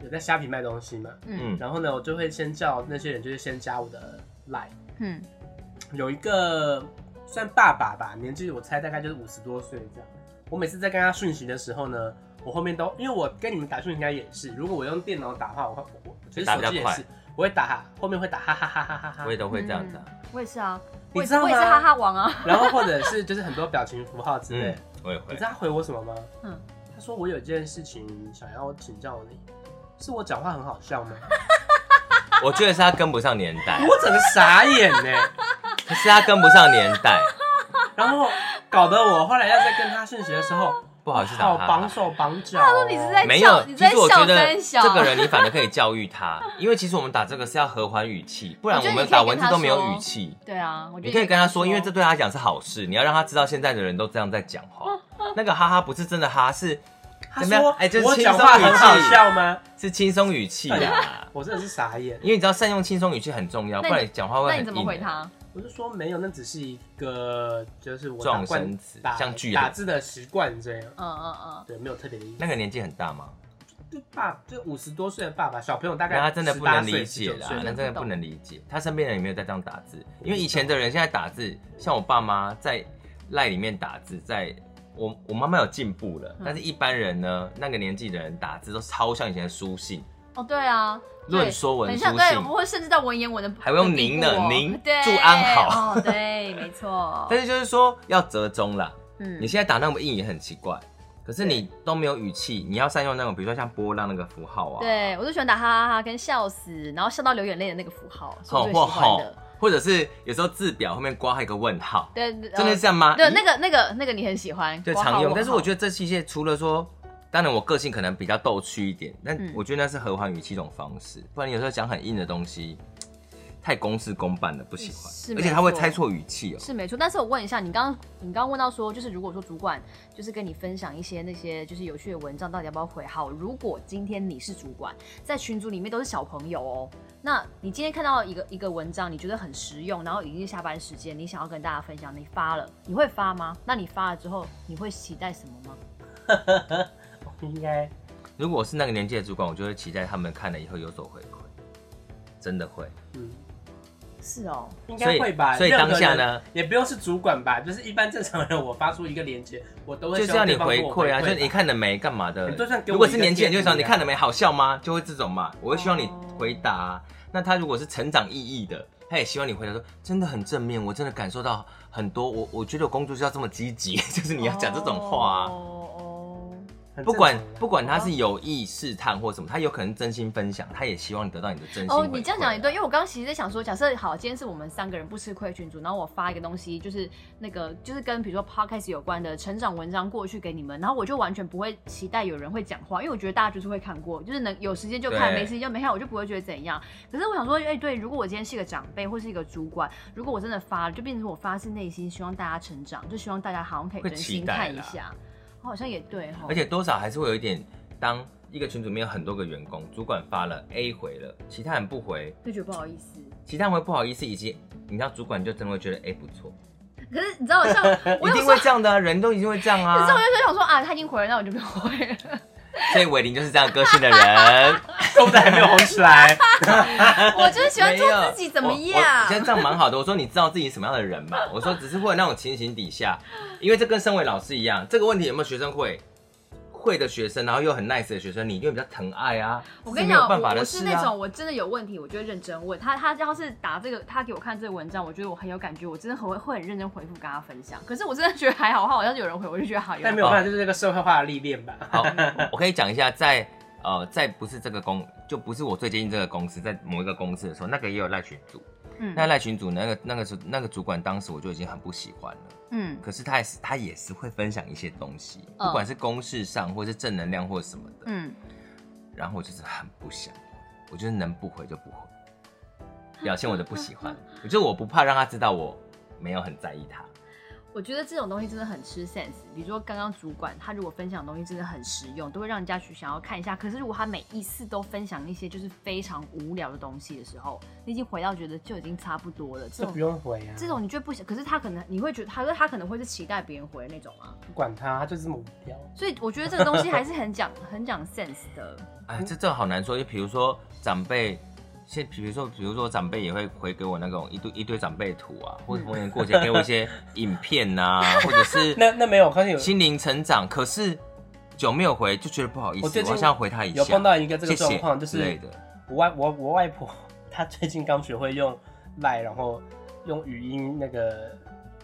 Speaker 3: 有在虾皮卖东西嘛，
Speaker 1: <laughs> 嗯
Speaker 4: 嗯
Speaker 3: 然后呢，我就会先叫那些人就是先加我的 line，
Speaker 1: 嗯
Speaker 3: 有一个算爸爸吧，年纪我猜大概就是五十多岁这样。我每次在跟他讯息的时候呢，我后面都因为我跟你们打讯息应该也是，如果我用电脑打的话，我会我我其实
Speaker 4: 打
Speaker 3: 手
Speaker 4: 比较
Speaker 3: 机也
Speaker 4: 快
Speaker 3: 是，我会打后面会打哈哈哈哈哈哈
Speaker 4: 我也，都会这样子、啊，
Speaker 1: 我也是啊，
Speaker 3: 你
Speaker 1: 我也
Speaker 3: 知
Speaker 1: 是
Speaker 3: 道
Speaker 1: 我也是
Speaker 3: 吗
Speaker 1: 哈哈王啊。
Speaker 3: 然后或者是就是很多表情符号之类
Speaker 4: 嗯
Speaker 3: 的。，
Speaker 4: 我也
Speaker 3: 你
Speaker 4: 会
Speaker 3: 知。道他回我什么吗？
Speaker 1: 嗯，
Speaker 3: 他说我有一件事情想要请教你，是我讲话很好笑吗？
Speaker 4: 我觉得是他跟不上年代，
Speaker 3: 我整个傻眼呢、
Speaker 1: <laughs>
Speaker 4: 可是他跟不上年代，
Speaker 3: 然后搞得我后来要再跟他讯息的时候，
Speaker 4: 不好意思
Speaker 3: 好
Speaker 4: 打哈
Speaker 3: 绑
Speaker 4: 哈。
Speaker 3: 手绑脚、哦。他
Speaker 1: 说你是在
Speaker 4: 没有，
Speaker 1: 你
Speaker 4: 其
Speaker 1: 在
Speaker 4: 实我觉得
Speaker 1: 笑三小
Speaker 4: 这个人你反而可以教育他，因为其实我们打这个是要和缓语气，不然
Speaker 1: 我觉得
Speaker 4: 我
Speaker 1: 你
Speaker 4: 们
Speaker 1: 可以
Speaker 4: 打
Speaker 1: 跟
Speaker 4: 文字
Speaker 1: 他
Speaker 4: 都没有
Speaker 1: 说
Speaker 4: 语气。
Speaker 1: 对啊，我觉得
Speaker 4: 你可以跟他说，因为这对他来讲是好事，你要让他知道现在的人都这样在讲话。
Speaker 1: <laughs>
Speaker 4: 那个哈哈不是真的哈，是
Speaker 3: 他
Speaker 4: 怎么
Speaker 3: 说
Speaker 4: 样哎这是
Speaker 3: 我
Speaker 4: 轻
Speaker 3: 讲
Speaker 4: 松
Speaker 3: 话很好
Speaker 4: 语气
Speaker 3: 笑吗？
Speaker 4: 是轻松语气啊
Speaker 3: 哎
Speaker 4: 啦。
Speaker 3: 我真的是傻眼。
Speaker 4: 因为你知道善用轻松语气很重要，
Speaker 1: 那你
Speaker 4: 不然你讲话会
Speaker 1: 那
Speaker 4: 很
Speaker 1: 你
Speaker 4: 硬。欸
Speaker 1: 怎么回？他？
Speaker 3: 我就说没有，那只是一个就是我打
Speaker 4: 撞
Speaker 3: 惯
Speaker 4: 生词
Speaker 3: 打
Speaker 4: 像巨人
Speaker 3: 打字的习惯这样。
Speaker 1: 嗯嗯嗯。
Speaker 3: 对，没有特别的意思。
Speaker 4: 那个年纪很大吗？
Speaker 3: 就爸，就五十多岁的爸爸，小朋友大
Speaker 4: 那
Speaker 3: 概
Speaker 4: 他真的不能理解
Speaker 3: 18岁
Speaker 4: 啦，
Speaker 3: 19岁
Speaker 4: 那真的不能理解。他身边人也没有在这样打字，
Speaker 3: 道
Speaker 4: 因为以前的人现在打字，像我爸妈在赖里面打字，在我我妈妈有进步了，
Speaker 1: 嗯
Speaker 4: 但是一般人呢，那个年纪的人打字都超像以前的书信，
Speaker 1: 哦，对啊，对
Speaker 4: 论说文
Speaker 1: 很像
Speaker 4: 书
Speaker 1: 对，
Speaker 4: 信
Speaker 1: 我们会甚至到文言文的，
Speaker 4: 还会用您呢
Speaker 1: 的地步哦
Speaker 4: 您
Speaker 1: 对，
Speaker 4: 祝安好
Speaker 1: 哦，对，没错。
Speaker 4: 但是就是说要折中啦。
Speaker 1: 嗯
Speaker 4: 你现在打那么硬也很奇怪，可是你都没有语气，你要善用那种，比如说像波浪那个符号啊，，
Speaker 1: 对我最喜欢打哈哈哈跟笑死，然后笑到流眼泪的那个符号，是我
Speaker 4: 吼
Speaker 1: 最喜
Speaker 4: 哦或
Speaker 1: 欢
Speaker 4: 吼
Speaker 1: 的。，
Speaker 4: 或者是有时候字表后面挂一个问号，
Speaker 1: 对，真
Speaker 4: 真的是这样吗？
Speaker 1: 呃对，
Speaker 4: 啊咦
Speaker 1: 那个那个那个你很喜欢，
Speaker 4: 对
Speaker 1: 括号
Speaker 4: 常用，
Speaker 1: 问
Speaker 4: 但是我
Speaker 1: 号
Speaker 4: 觉得这系列除了说。当然，我个性可能比较逗趣一点，但
Speaker 1: 嗯
Speaker 4: 我觉得那是和缓语气一种方式，不然你有时候讲很硬的东西，太公事公办的，不喜
Speaker 1: 是
Speaker 4: 欢，
Speaker 1: 没
Speaker 4: 而且他会
Speaker 1: 错
Speaker 4: 猜错语气哦、
Speaker 1: 是没错，但是我问一下，你刚刚你刚刚问到说，就是如果说主管就是跟你分享一些那些就是有趣的文章，到底要不要回？好，如果今天你是主管，在群组里面都是小朋友哦，那你今天看到一个一个文章，你觉得很实用，然后已经是下班时间，你想要跟大家分享，你发了，你会发吗？那你发了之后，你会期待什么吗？
Speaker 3: 应该
Speaker 4: 如果我是那个年纪的主管，我就会期待他们看了以后有所回馈，真的会。
Speaker 3: 嗯。
Speaker 1: 是哦，
Speaker 3: 应
Speaker 4: 所
Speaker 3: 该
Speaker 4: 以
Speaker 3: 会吧，
Speaker 4: 所以
Speaker 3: 任何
Speaker 4: 当下
Speaker 3: 人
Speaker 4: 呢，
Speaker 3: 也不用是主管吧，就是一般正常人，我发出一个链接，我都会
Speaker 4: 就是
Speaker 3: 希
Speaker 4: 要
Speaker 3: 望
Speaker 4: 你
Speaker 3: 对方给
Speaker 4: 回
Speaker 3: 我
Speaker 4: 馈啊，就是你
Speaker 3: 吧
Speaker 4: 看了没干嘛的
Speaker 3: 你就算。给我
Speaker 4: 如果是
Speaker 3: 一个
Speaker 4: 年轻人，就
Speaker 3: 建
Speaker 4: 会
Speaker 3: 议
Speaker 4: 说你
Speaker 3: 啊
Speaker 4: 看了没好笑吗？就会这种嘛，我会希望你
Speaker 1: 哦
Speaker 4: 回答啊、那他如果是成长意义的，他也希望你回答说真的很正面，我真的感受到很多。我我觉得我工作就是要这么积极， <laughs> 就是你要讲这种话啊。
Speaker 1: 哦哦，
Speaker 3: 很
Speaker 4: 不
Speaker 3: 正
Speaker 4: 管
Speaker 3: 常啊
Speaker 4: 不管他是有意试探或什么，他有可能真心分享，他也希望你得到你的真心回馈啊。
Speaker 1: 哦，你这样讲也对，因为我刚刚其实在想说，假设好，今天是我们三个人不吃亏群主，然后我发一个东西，就是那个就是跟比如说 podcast 有关的成长文章过去给你们，然后我就完全不会期待有人会讲话，因为我觉得大家就是会看过，就是能有时间就看，
Speaker 4: 对
Speaker 1: 没时间就没看，我就不会觉得怎样。可是我想说，哎、对，如果我今天是一个长辈或是一个主管，如果我真的发了，就变成我发自内心希望大家成长，就希望大家好像可以
Speaker 4: 会
Speaker 1: 真
Speaker 4: 期
Speaker 1: 心
Speaker 4: 待
Speaker 1: 看一
Speaker 4: 啦
Speaker 1: 下，哦好像也对哈。
Speaker 4: 而且多少还是会有一点，当一个群组里面有很多个员工，主管发了 A 回了，其他人不回，
Speaker 1: 就觉得不好意思，
Speaker 4: 其他人会不好意思，以及你知道主管就真的会觉得 A 不错，
Speaker 1: 可是你知道，
Speaker 4: <laughs>
Speaker 1: 像我
Speaker 4: 一
Speaker 1: 有
Speaker 4: 定
Speaker 1: 时
Speaker 4: 会
Speaker 1: 候，
Speaker 4: 这样的、啊， <laughs> 人都一定会这样
Speaker 1: <laughs> 可是我
Speaker 4: 啊。
Speaker 1: 就想说啊，他已经回了，那我就不回了。
Speaker 4: 所以伟林就是这样个性的人，
Speaker 3: 豆子还没有红起来，
Speaker 4: <laughs>
Speaker 1: 我就是 <laughs> 喜欢
Speaker 4: 没有
Speaker 1: 做自己，怎么
Speaker 4: 我我
Speaker 1: 样？
Speaker 4: 觉得这样蛮好的。我说你知道自己什么样的人
Speaker 1: <laughs>
Speaker 4: 嘛？我说只是会有那种情形底下，因为这跟身为老师一样，这个问题有没有学生会？会的学生，然后又很 nice 的学生，你就比较疼爱啊。
Speaker 1: 我跟你
Speaker 4: 这是没
Speaker 1: 讲，
Speaker 4: 有办法
Speaker 1: 我
Speaker 4: 的
Speaker 1: 我
Speaker 4: 事
Speaker 1: 是
Speaker 4: 啊。
Speaker 1: 那种我真的有问题，我就会认真问他。他要是打这个，他给我看这个文章，我觉得我很有感觉，我真的很会会很认真回复跟他分享。可是我真的觉得还好，好像有人回我就觉得
Speaker 4: <laughs>
Speaker 1: 好，
Speaker 3: 但没有办法，
Speaker 4: 哦
Speaker 3: 就是这个社会化的历练吧。
Speaker 4: 好， <laughs> 我可以讲一下，在呃，在不是这个公，就不是我最接近这个公司，在某一个公司的时候，那个也有赖群组。
Speaker 1: 嗯
Speaker 4: 那赖群组那个那个是那个主管，当时我就已经很不喜欢了。
Speaker 1: 嗯
Speaker 4: 可是他也是他也是会分享一些东西，
Speaker 1: 嗯
Speaker 4: 不管是公事上或是正能量或什么的。
Speaker 1: 嗯，
Speaker 4: 然后我就是很不想，我就是能不回就不回，表现我的不喜欢。
Speaker 1: <laughs>
Speaker 4: 我觉得我不怕让他知道我没有很在意他。
Speaker 1: 我觉得这种东西真的很吃 sense。比如说刚刚主管他如果分享的东西真的很实用，都会让人家去想要看一下。可是如果他每一次都分享一些就是非常无聊的东西的时候，你已经回到觉得就已经差不多了。这
Speaker 3: 这
Speaker 1: 种
Speaker 3: 不用回啊，
Speaker 1: 这种你就不想，可是他可能你会觉得他他可能会是期待别人回的那种啊。
Speaker 3: 不管他，他就是这么无聊。
Speaker 1: 所以我觉得这个东西还是很讲很讲 sense 的。
Speaker 4: 哎，这这好难说。就比如说长辈，现比如说比如说长辈也会回给我那种一堆一堆长辈图啊，或者
Speaker 1: 嗯
Speaker 4: 逢年过节给我一些 <laughs> 影片呐、或
Speaker 1: <laughs>
Speaker 4: 者是
Speaker 3: 那那没有，我发现有
Speaker 4: 心灵成长。可是久没有回，就觉得不好意
Speaker 3: 我
Speaker 4: 思，
Speaker 3: 最
Speaker 4: 我
Speaker 3: 近
Speaker 4: 好像要回他一下。
Speaker 3: 有碰到一个这
Speaker 4: 谢
Speaker 3: 个状
Speaker 4: 谢
Speaker 3: 况，就
Speaker 4: 之类
Speaker 3: 是
Speaker 4: 的。
Speaker 3: 我外我我外婆，她最近刚学会用赖，然后用语音那个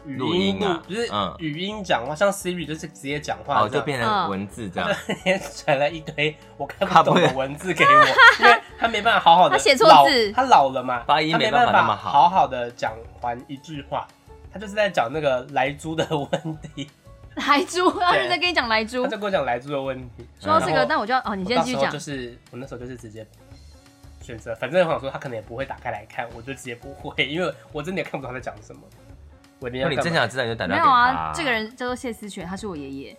Speaker 3: 语
Speaker 4: 录
Speaker 3: 音
Speaker 4: 音啊
Speaker 3: 录就是
Speaker 4: 嗯
Speaker 3: 语音讲话，像 Siri 就是直接讲话，
Speaker 4: 哦，就变
Speaker 1: 嗯
Speaker 4: 成文字
Speaker 3: <laughs>
Speaker 4: 这样。
Speaker 3: 也传了一堆我看不懂的文字给我，因为他没办法好好的，
Speaker 1: 他写错字
Speaker 3: 他老了嘛，
Speaker 4: 发音
Speaker 3: 他
Speaker 4: 没
Speaker 3: 没
Speaker 4: 办法
Speaker 3: 办
Speaker 4: 那么好
Speaker 3: 好好的讲完一句话，他就是在讲那个莱猪的问
Speaker 1: <laughs>
Speaker 3: 题，
Speaker 1: 莱猪，他就在跟你讲莱猪
Speaker 3: 他。就跟我讲莱猪的问题。
Speaker 1: 说到这个，
Speaker 3: 然后
Speaker 1: 那我就要哦，你
Speaker 3: 我
Speaker 1: 先
Speaker 3: 到
Speaker 1: 继
Speaker 3: 时
Speaker 1: 续
Speaker 3: 候
Speaker 1: 讲
Speaker 3: 就。是我那时候就是直接选择，反正我想说他可能也不会打开来看，我就直接不会，因为我真的也看不懂他在讲什么。我一定
Speaker 4: 那
Speaker 3: 要
Speaker 4: 你
Speaker 3: 干
Speaker 4: 真
Speaker 3: 嘛
Speaker 4: 想知道，你就打
Speaker 1: 没
Speaker 4: 电话
Speaker 1: 有
Speaker 4: 给他、
Speaker 1: 啊，这个人叫做谢思全，他是我爷爷。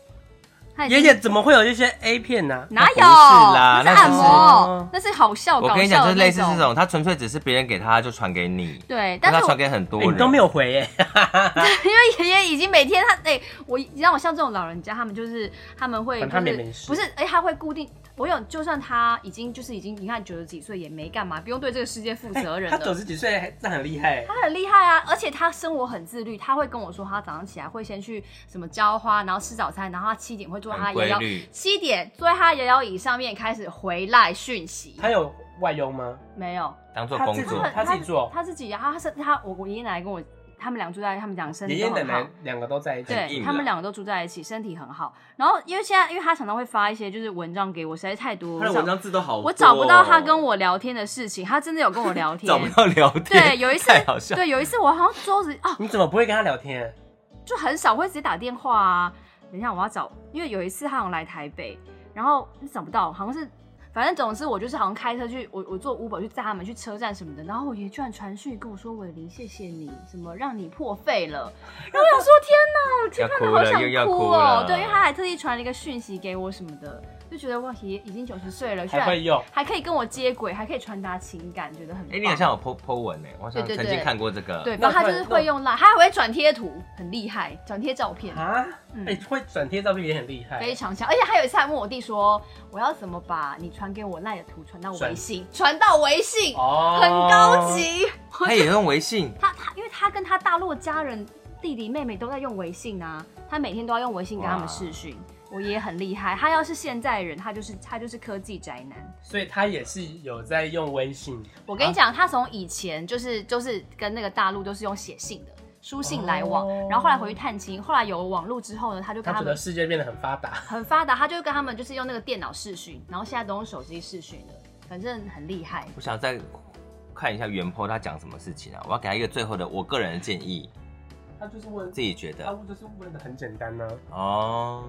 Speaker 1: 他已经
Speaker 3: 爷爷怎么会有一些 A 片呢、
Speaker 1: 哪有？
Speaker 4: 不是啦
Speaker 1: 那是按
Speaker 3: 那
Speaker 1: 摩
Speaker 3: 是，
Speaker 1: 那是好笑搞
Speaker 4: 我
Speaker 1: 笑的那种。
Speaker 4: 跟你讲，就是类似这种，他纯粹只是别人给他，他就传给你。
Speaker 1: 对，但
Speaker 4: 但
Speaker 1: 是
Speaker 4: 他
Speaker 1: 我
Speaker 4: 传给很多
Speaker 3: 欸
Speaker 4: 人，
Speaker 3: 你都没有回耶、
Speaker 1: <laughs> 因为爷爷已经每天他哎、我你知道我像这种老人家，他们就是他们会、就
Speaker 3: 反
Speaker 1: 是、
Speaker 3: 正他们也没事
Speaker 1: 不是哎、他会固定。我有，就算他已经就是已经，你看九十几岁也没干嘛，不用对这个世界负责任
Speaker 3: 哎他
Speaker 4: 啊
Speaker 1: 了。
Speaker 3: 九十几岁，还这很厉害。
Speaker 1: 他很厉害啊，而且他生活很自律，他会跟我说他早上起来会先去什么浇花，然后吃早餐，然后他七点会坐他
Speaker 4: 很
Speaker 1: 摇
Speaker 4: 规
Speaker 1: 摇
Speaker 4: 律。
Speaker 1: 七点坐在他摇摇椅上面开始回来讯息，
Speaker 3: 他有外佣吗？
Speaker 1: 没有，
Speaker 4: 当做
Speaker 3: 他
Speaker 4: 工
Speaker 3: 自己
Speaker 4: 作
Speaker 1: 很。
Speaker 3: 他自己做
Speaker 1: 他自己啊，他是他我我爷爷奶奶跟我他们俩住在他们俩身体
Speaker 3: 爷
Speaker 1: 都
Speaker 3: 爷奶
Speaker 1: 很好
Speaker 3: 奶。两个都在一起，
Speaker 4: 很
Speaker 1: 对
Speaker 4: 硬啊
Speaker 1: 他们
Speaker 4: 啦
Speaker 1: 两个都住在一起，身体很好。然后因为现在，因为他常常会发一些就是文章给我，实在太多，我找
Speaker 4: 字都好
Speaker 3: 哦
Speaker 4: 哦
Speaker 1: 我找不到他跟我聊天的事情。他真的有跟我聊天
Speaker 4: <laughs> 找，不到聊天，
Speaker 1: 对，有一次
Speaker 4: 太好，笑。
Speaker 1: 对，有一次我好像桌子啊，
Speaker 3: 你怎么不会跟他聊天？
Speaker 1: 就很少会直接打电话啊。等一下，我要找，因为有一次他好像来台北，然后找不到，好像是反正总之我就是好像开车去，我我坐 Uber 去载他们去车站什么的，然后我爷居然传讯跟我说：“伟林，谢谢你，什么让你破费了。”然后我想说：“天哪，我听看到好
Speaker 4: 要哭了又
Speaker 1: 想
Speaker 4: 要哭
Speaker 1: 哦
Speaker 4: 了。”
Speaker 1: 对，因为他还特地传了一个讯息给我什么的，就觉得哇，爷已经九十岁了，居
Speaker 3: 还
Speaker 1: 然
Speaker 3: 会用。
Speaker 1: 还可以跟我接轨，还可以传达情感，觉得很棒。
Speaker 4: 哎、你好像有 po po 文呢、我好像
Speaker 1: 对对
Speaker 4: 曾
Speaker 1: 对
Speaker 4: 经看过这个。 <laughs>
Speaker 1: 对，
Speaker 3: 那
Speaker 1: 反正他就是
Speaker 3: 会
Speaker 1: 会用 l 他还会转贴图，很厉害，转贴照片。
Speaker 3: 啊，
Speaker 1: 嗯
Speaker 3: 哎、会转贴照片也很厉害，
Speaker 1: 非常强，而且还有一次还问我弟说，我要怎么把你传给我赖的图传到微信，传到微信，
Speaker 3: 哦，
Speaker 1: 很高。级。
Speaker 4: 他也哎用微信，
Speaker 1: 他他，因为他跟他大陆的家人弟弟妹妹都在用微信啊，他每天都要用微信跟他们
Speaker 4: 哇
Speaker 1: 视讯。我也很厉害，他要是现在人，他就是他就是科技宅男。
Speaker 3: 所以他也是有在用微信，
Speaker 1: 我跟你讲，他从以前就是就是跟那个大陆都是用写信的。书信来往
Speaker 3: 哦
Speaker 1: 然后后来回去探亲，后来有网络之后呢，他就跟
Speaker 3: 他
Speaker 1: 他
Speaker 3: 觉
Speaker 1: 们
Speaker 3: 得世界变得很发达。
Speaker 1: 很发达，他就跟他们就是用那个电脑视讯，然后现在都用手机视讯了，反正很厉害。
Speaker 4: 我想再看一下原 po 他讲什么事情啊？我要给他一个最后的我个人的建议，
Speaker 3: 他就是问
Speaker 4: 自己觉
Speaker 3: 他
Speaker 4: 得
Speaker 3: 不就是问的很简单呢、
Speaker 4: 哦。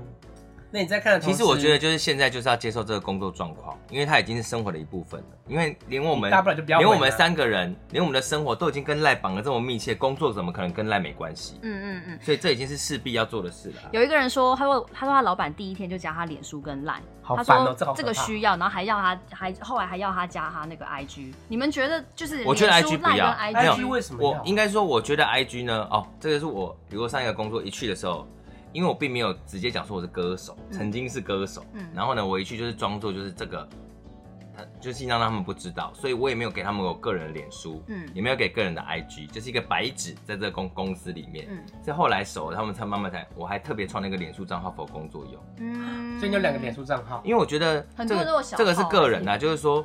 Speaker 3: 那你在看的同
Speaker 4: 其实
Speaker 3: 时，
Speaker 4: 我觉得就是现在就是要接受这个工作状况，因为它已经是生活的一部分了。因为连我们
Speaker 3: 大不了就不要
Speaker 4: 连我
Speaker 3: 回
Speaker 4: 们
Speaker 3: 了
Speaker 4: 三个人，连我们的生活都已经跟赖绑得这么密切，工作怎么可能跟赖没关系？
Speaker 1: 嗯嗯嗯。
Speaker 4: 所以这已经是势必要做的事了啊。
Speaker 1: 有一个人说，他说他说他老板第一天就加他脸书跟 Line，、
Speaker 3: 好
Speaker 1: 他
Speaker 3: 烦哦
Speaker 1: 说，
Speaker 3: 这好可怕
Speaker 1: 这个需要，然后还要他还后来还要他加他那个 IG。你们觉得就是
Speaker 4: 我觉得
Speaker 1: 脸书
Speaker 4: IG 不
Speaker 1: Line
Speaker 4: 要
Speaker 1: 跟 IG
Speaker 4: 没有
Speaker 3: IG 哎为什么
Speaker 4: 我
Speaker 3: 要
Speaker 4: 应该说，我觉得 I G 呢，哦，这个是我比如说上一个工作一去的时候，因为我并没有直接讲说我是歌手，
Speaker 1: 嗯
Speaker 4: 曾经是歌手，
Speaker 1: 嗯
Speaker 4: 然后呢，我一去就是装作就是这个，他就是尽量让他们不知道，所以我也没有给他们我个人的脸书，
Speaker 1: 嗯
Speaker 4: 也没有给个人的 I G，就是一个白纸在这个公公司里面，
Speaker 1: 嗯
Speaker 4: 所以后来熟了，他们才慢慢才，我还特别创了一个脸书账号否工作用，
Speaker 1: 嗯
Speaker 3: 所以你有两个脸，书账号，
Speaker 4: 因为我觉得
Speaker 1: 很
Speaker 4: 这
Speaker 1: 多
Speaker 4: 个
Speaker 1: 人都有小
Speaker 4: 这个是
Speaker 1: 号啊
Speaker 4: 个人啊，就是说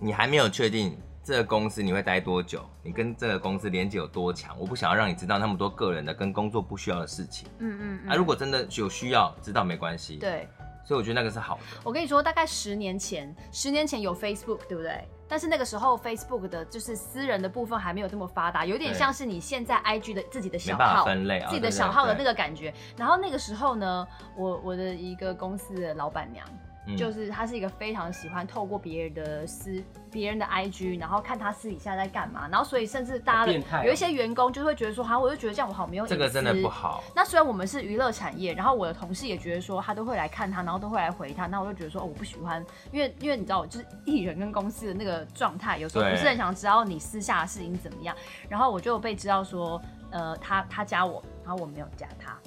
Speaker 4: 你还没有确定这个公司你会待多久，你跟这个公司连接有多强，我不想要让你知道那么多个人的跟工作不需要的事情。
Speaker 1: 嗯嗯嗯。
Speaker 4: 啊，如果真的有需要，知道没关系。，
Speaker 1: 对，
Speaker 4: 所以我觉得那个是好的。
Speaker 1: 我跟你说，大概十年前，十年前有 Facebook，对不对？但是那个时候 Facebook 的就是私人的部分还没有这么发达，有点
Speaker 4: 对
Speaker 1: 像是你现在 IG 的自己的小
Speaker 4: 没办法
Speaker 1: 号，
Speaker 4: 分类啊
Speaker 1: 自己的
Speaker 4: 对对
Speaker 1: 小号的
Speaker 4: 对
Speaker 1: 那个感觉。然后那个时候呢，我我的一个公司的老板娘，
Speaker 4: 嗯
Speaker 1: 就是她是一个非常喜欢透过别人的私别人的 IG，然后看她私底下在干嘛，然后所以甚至大家
Speaker 3: 好
Speaker 1: 的
Speaker 3: 变态哦
Speaker 1: 有一些员工就会觉得说，好、我就觉得这样我好没有隐私，
Speaker 4: 这个真的不好。
Speaker 1: 那虽然我们是娱乐产业，然后我的同事也觉得说他都会来看他，然后都会来回他，那我就觉得说、哦、我不喜欢，因为因为你知道，我就是艺人跟公司的那个状态，有时候
Speaker 4: 对
Speaker 1: 不是很想知道你私下的事情怎么样。然后我就被知道说，呃，他他加我，然后我没有加他，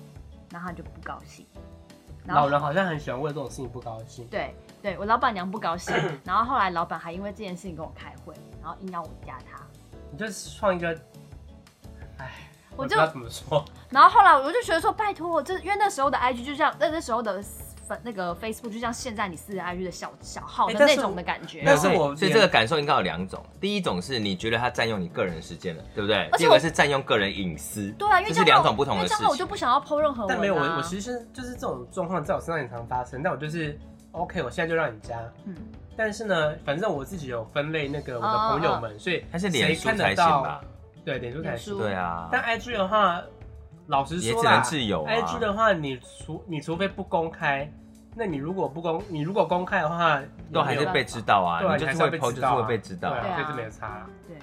Speaker 1: 然后他就不高兴。然
Speaker 3: 老
Speaker 1: 后
Speaker 3: 人好像很喜欢为这种事情不高兴。
Speaker 1: 对对，我老板娘不高兴， <coughs> 然后后来老板还因为这件事情跟我开会，然后硬要我加他。
Speaker 3: 你就是创一个，哎，
Speaker 1: 我
Speaker 3: 不
Speaker 1: 就
Speaker 3: 知道怎么说，
Speaker 1: 然后后来我就觉得说，拜托，这因为那时候的 IG 就像那那时候的粉那个 Facebook 就像现在你私人 IG 的小小号的
Speaker 3: 哎但
Speaker 1: 那
Speaker 3: 是
Speaker 1: 种的感觉。
Speaker 3: 但是
Speaker 4: 所以
Speaker 3: 我
Speaker 4: 所以
Speaker 3: 连
Speaker 4: 这个感受应该有两种，第一种是你觉得它占用你个人时间了，对不对？
Speaker 1: 而且
Speaker 4: 第二
Speaker 1: 我
Speaker 4: 个是占用个人隐私。
Speaker 1: 对啊，因为
Speaker 4: 这
Speaker 1: 这
Speaker 4: 是
Speaker 1: 样的话
Speaker 4: 两种不同
Speaker 1: 因
Speaker 4: 的
Speaker 1: 为
Speaker 4: 事
Speaker 1: 这样的话我就
Speaker 4: 情。
Speaker 1: 不想要 PO 任何文、啊。
Speaker 3: 但没有我，我其实就是这种状况在我身上也常发生，但我就是。OK，我现在就让你加，
Speaker 1: 嗯，
Speaker 3: 但是呢，反正我自己有分类那个我的朋友们，所以
Speaker 4: 它是
Speaker 3: 谁
Speaker 4: 脸书
Speaker 3: 看
Speaker 4: 才
Speaker 3: 得
Speaker 4: 行
Speaker 3: 到？
Speaker 4: 吧？
Speaker 3: 对，哦脸书才
Speaker 1: 脸
Speaker 3: 行。
Speaker 1: 书
Speaker 4: 对啊，
Speaker 3: 但 IG 的话，老实说
Speaker 4: 也
Speaker 3: 啦
Speaker 4: 只能自由啊
Speaker 3: IG 的话，你除你除非不公开，那你如果不公，你如果公开的话，
Speaker 4: 都还
Speaker 3: 有没
Speaker 4: 是
Speaker 3: 有
Speaker 4: 被知道啊，
Speaker 3: 对啊，
Speaker 4: 你就是
Speaker 3: 还要
Speaker 4: 会
Speaker 3: 被
Speaker 4: PO，
Speaker 3: 知
Speaker 4: 就是
Speaker 3: 道啊
Speaker 4: 会被知道啊。
Speaker 3: 对
Speaker 1: 对啊
Speaker 3: 啊，所以这没有差啊。
Speaker 1: 对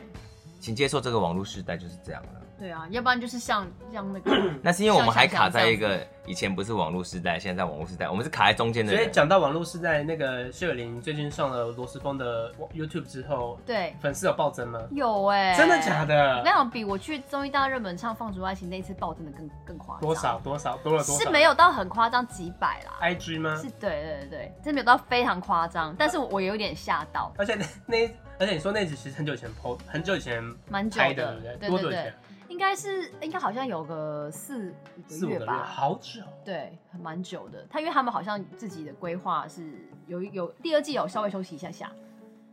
Speaker 4: 请接受这个网络时代就是这样了。
Speaker 1: 对啊，要不然就是像像那
Speaker 3: <clears throat>
Speaker 1: 个
Speaker 4: 那是因为我们还卡在一个以前不是网络时代，现在在网络时代，我们是卡在中间的
Speaker 3: 所以
Speaker 4: 人。
Speaker 3: 讲到网络是在那个谢伟林最近上了罗斯峰的 YouTube 之后，
Speaker 1: 对
Speaker 3: 粉丝有暴增吗？
Speaker 1: 有哎、
Speaker 3: 真的假？
Speaker 1: 我
Speaker 3: 的
Speaker 1: 跟你？讲，比我去综艺大热门唱《放逐爱情》那一次爆真的更更夸张。
Speaker 3: 多少？多少多了多少？哎
Speaker 1: 是没有到很夸张，几百啦。
Speaker 3: IG 吗
Speaker 1: 是？对对对对，真没有到非常夸张，但是我我有点吓到，
Speaker 3: 而且那那而且你说那集其实很久以前 PO，很久以前
Speaker 1: 蛮久
Speaker 3: 拍的，
Speaker 1: 的
Speaker 3: 对不，
Speaker 1: 对对
Speaker 3: 对？多久以
Speaker 1: 对
Speaker 3: 前？，
Speaker 1: 应该是应该好像有个四一
Speaker 3: 四
Speaker 1: 个
Speaker 3: 五
Speaker 1: 月
Speaker 3: 个月，
Speaker 1: 吧，
Speaker 3: 好久。
Speaker 1: 对，很蛮久的。他因为他们好像自己的规划是有有第二季有稍微休息一下下，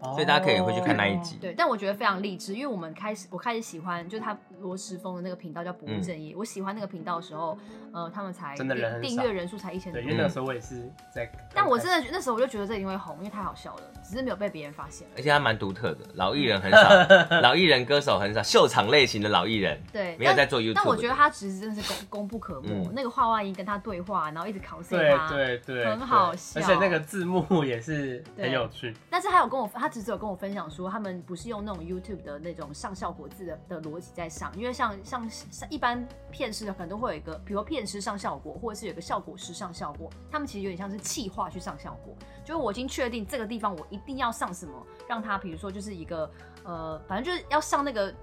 Speaker 3: 所
Speaker 4: 所以大家可以回去看那一集。
Speaker 1: 对，但我觉得非常励志，因为我们开始我开始喜欢，就是他罗时峰的那个频道叫不务正业。我喜欢那个频道的时候，呃，他们才
Speaker 3: 嗯真的人
Speaker 1: 订订
Speaker 3: 很少
Speaker 1: 阅人数才一千多
Speaker 3: 哦对，
Speaker 4: 嗯
Speaker 3: 因。为那个时候我也是在，
Speaker 1: 但我真的觉那时候我就觉得这一定会红，因为太好笑了，只是没有被别人发现。
Speaker 4: 而且他蛮独特的，老艺人很少，老艺人歌手很少，秀场类型的老艺人
Speaker 1: 对，
Speaker 4: 没有
Speaker 1: 但
Speaker 4: 在做 YouTube 的。
Speaker 1: 但我觉得他其实真的是功功不可没。
Speaker 4: 嗯
Speaker 1: 那个画外音跟他对话，然后一直 cos
Speaker 3: 对
Speaker 1: 他，
Speaker 3: 对对，
Speaker 1: 很
Speaker 3: 对
Speaker 1: 好笑
Speaker 3: 而且那个字幕也是很有趣，
Speaker 1: 但是他有跟我，他只是有跟我分享说，他们不是用那种 YouTube 的那种上效果字的的逻辑在上，因为像像像一般片师可能都会有一个，比如说片师上效果，或者是有一个效果师上效果，他们其实有点像是气化去上效果，就是我已经确定这个地方我一定要上什么，让他比如说就是一个呃，反正就是要上那个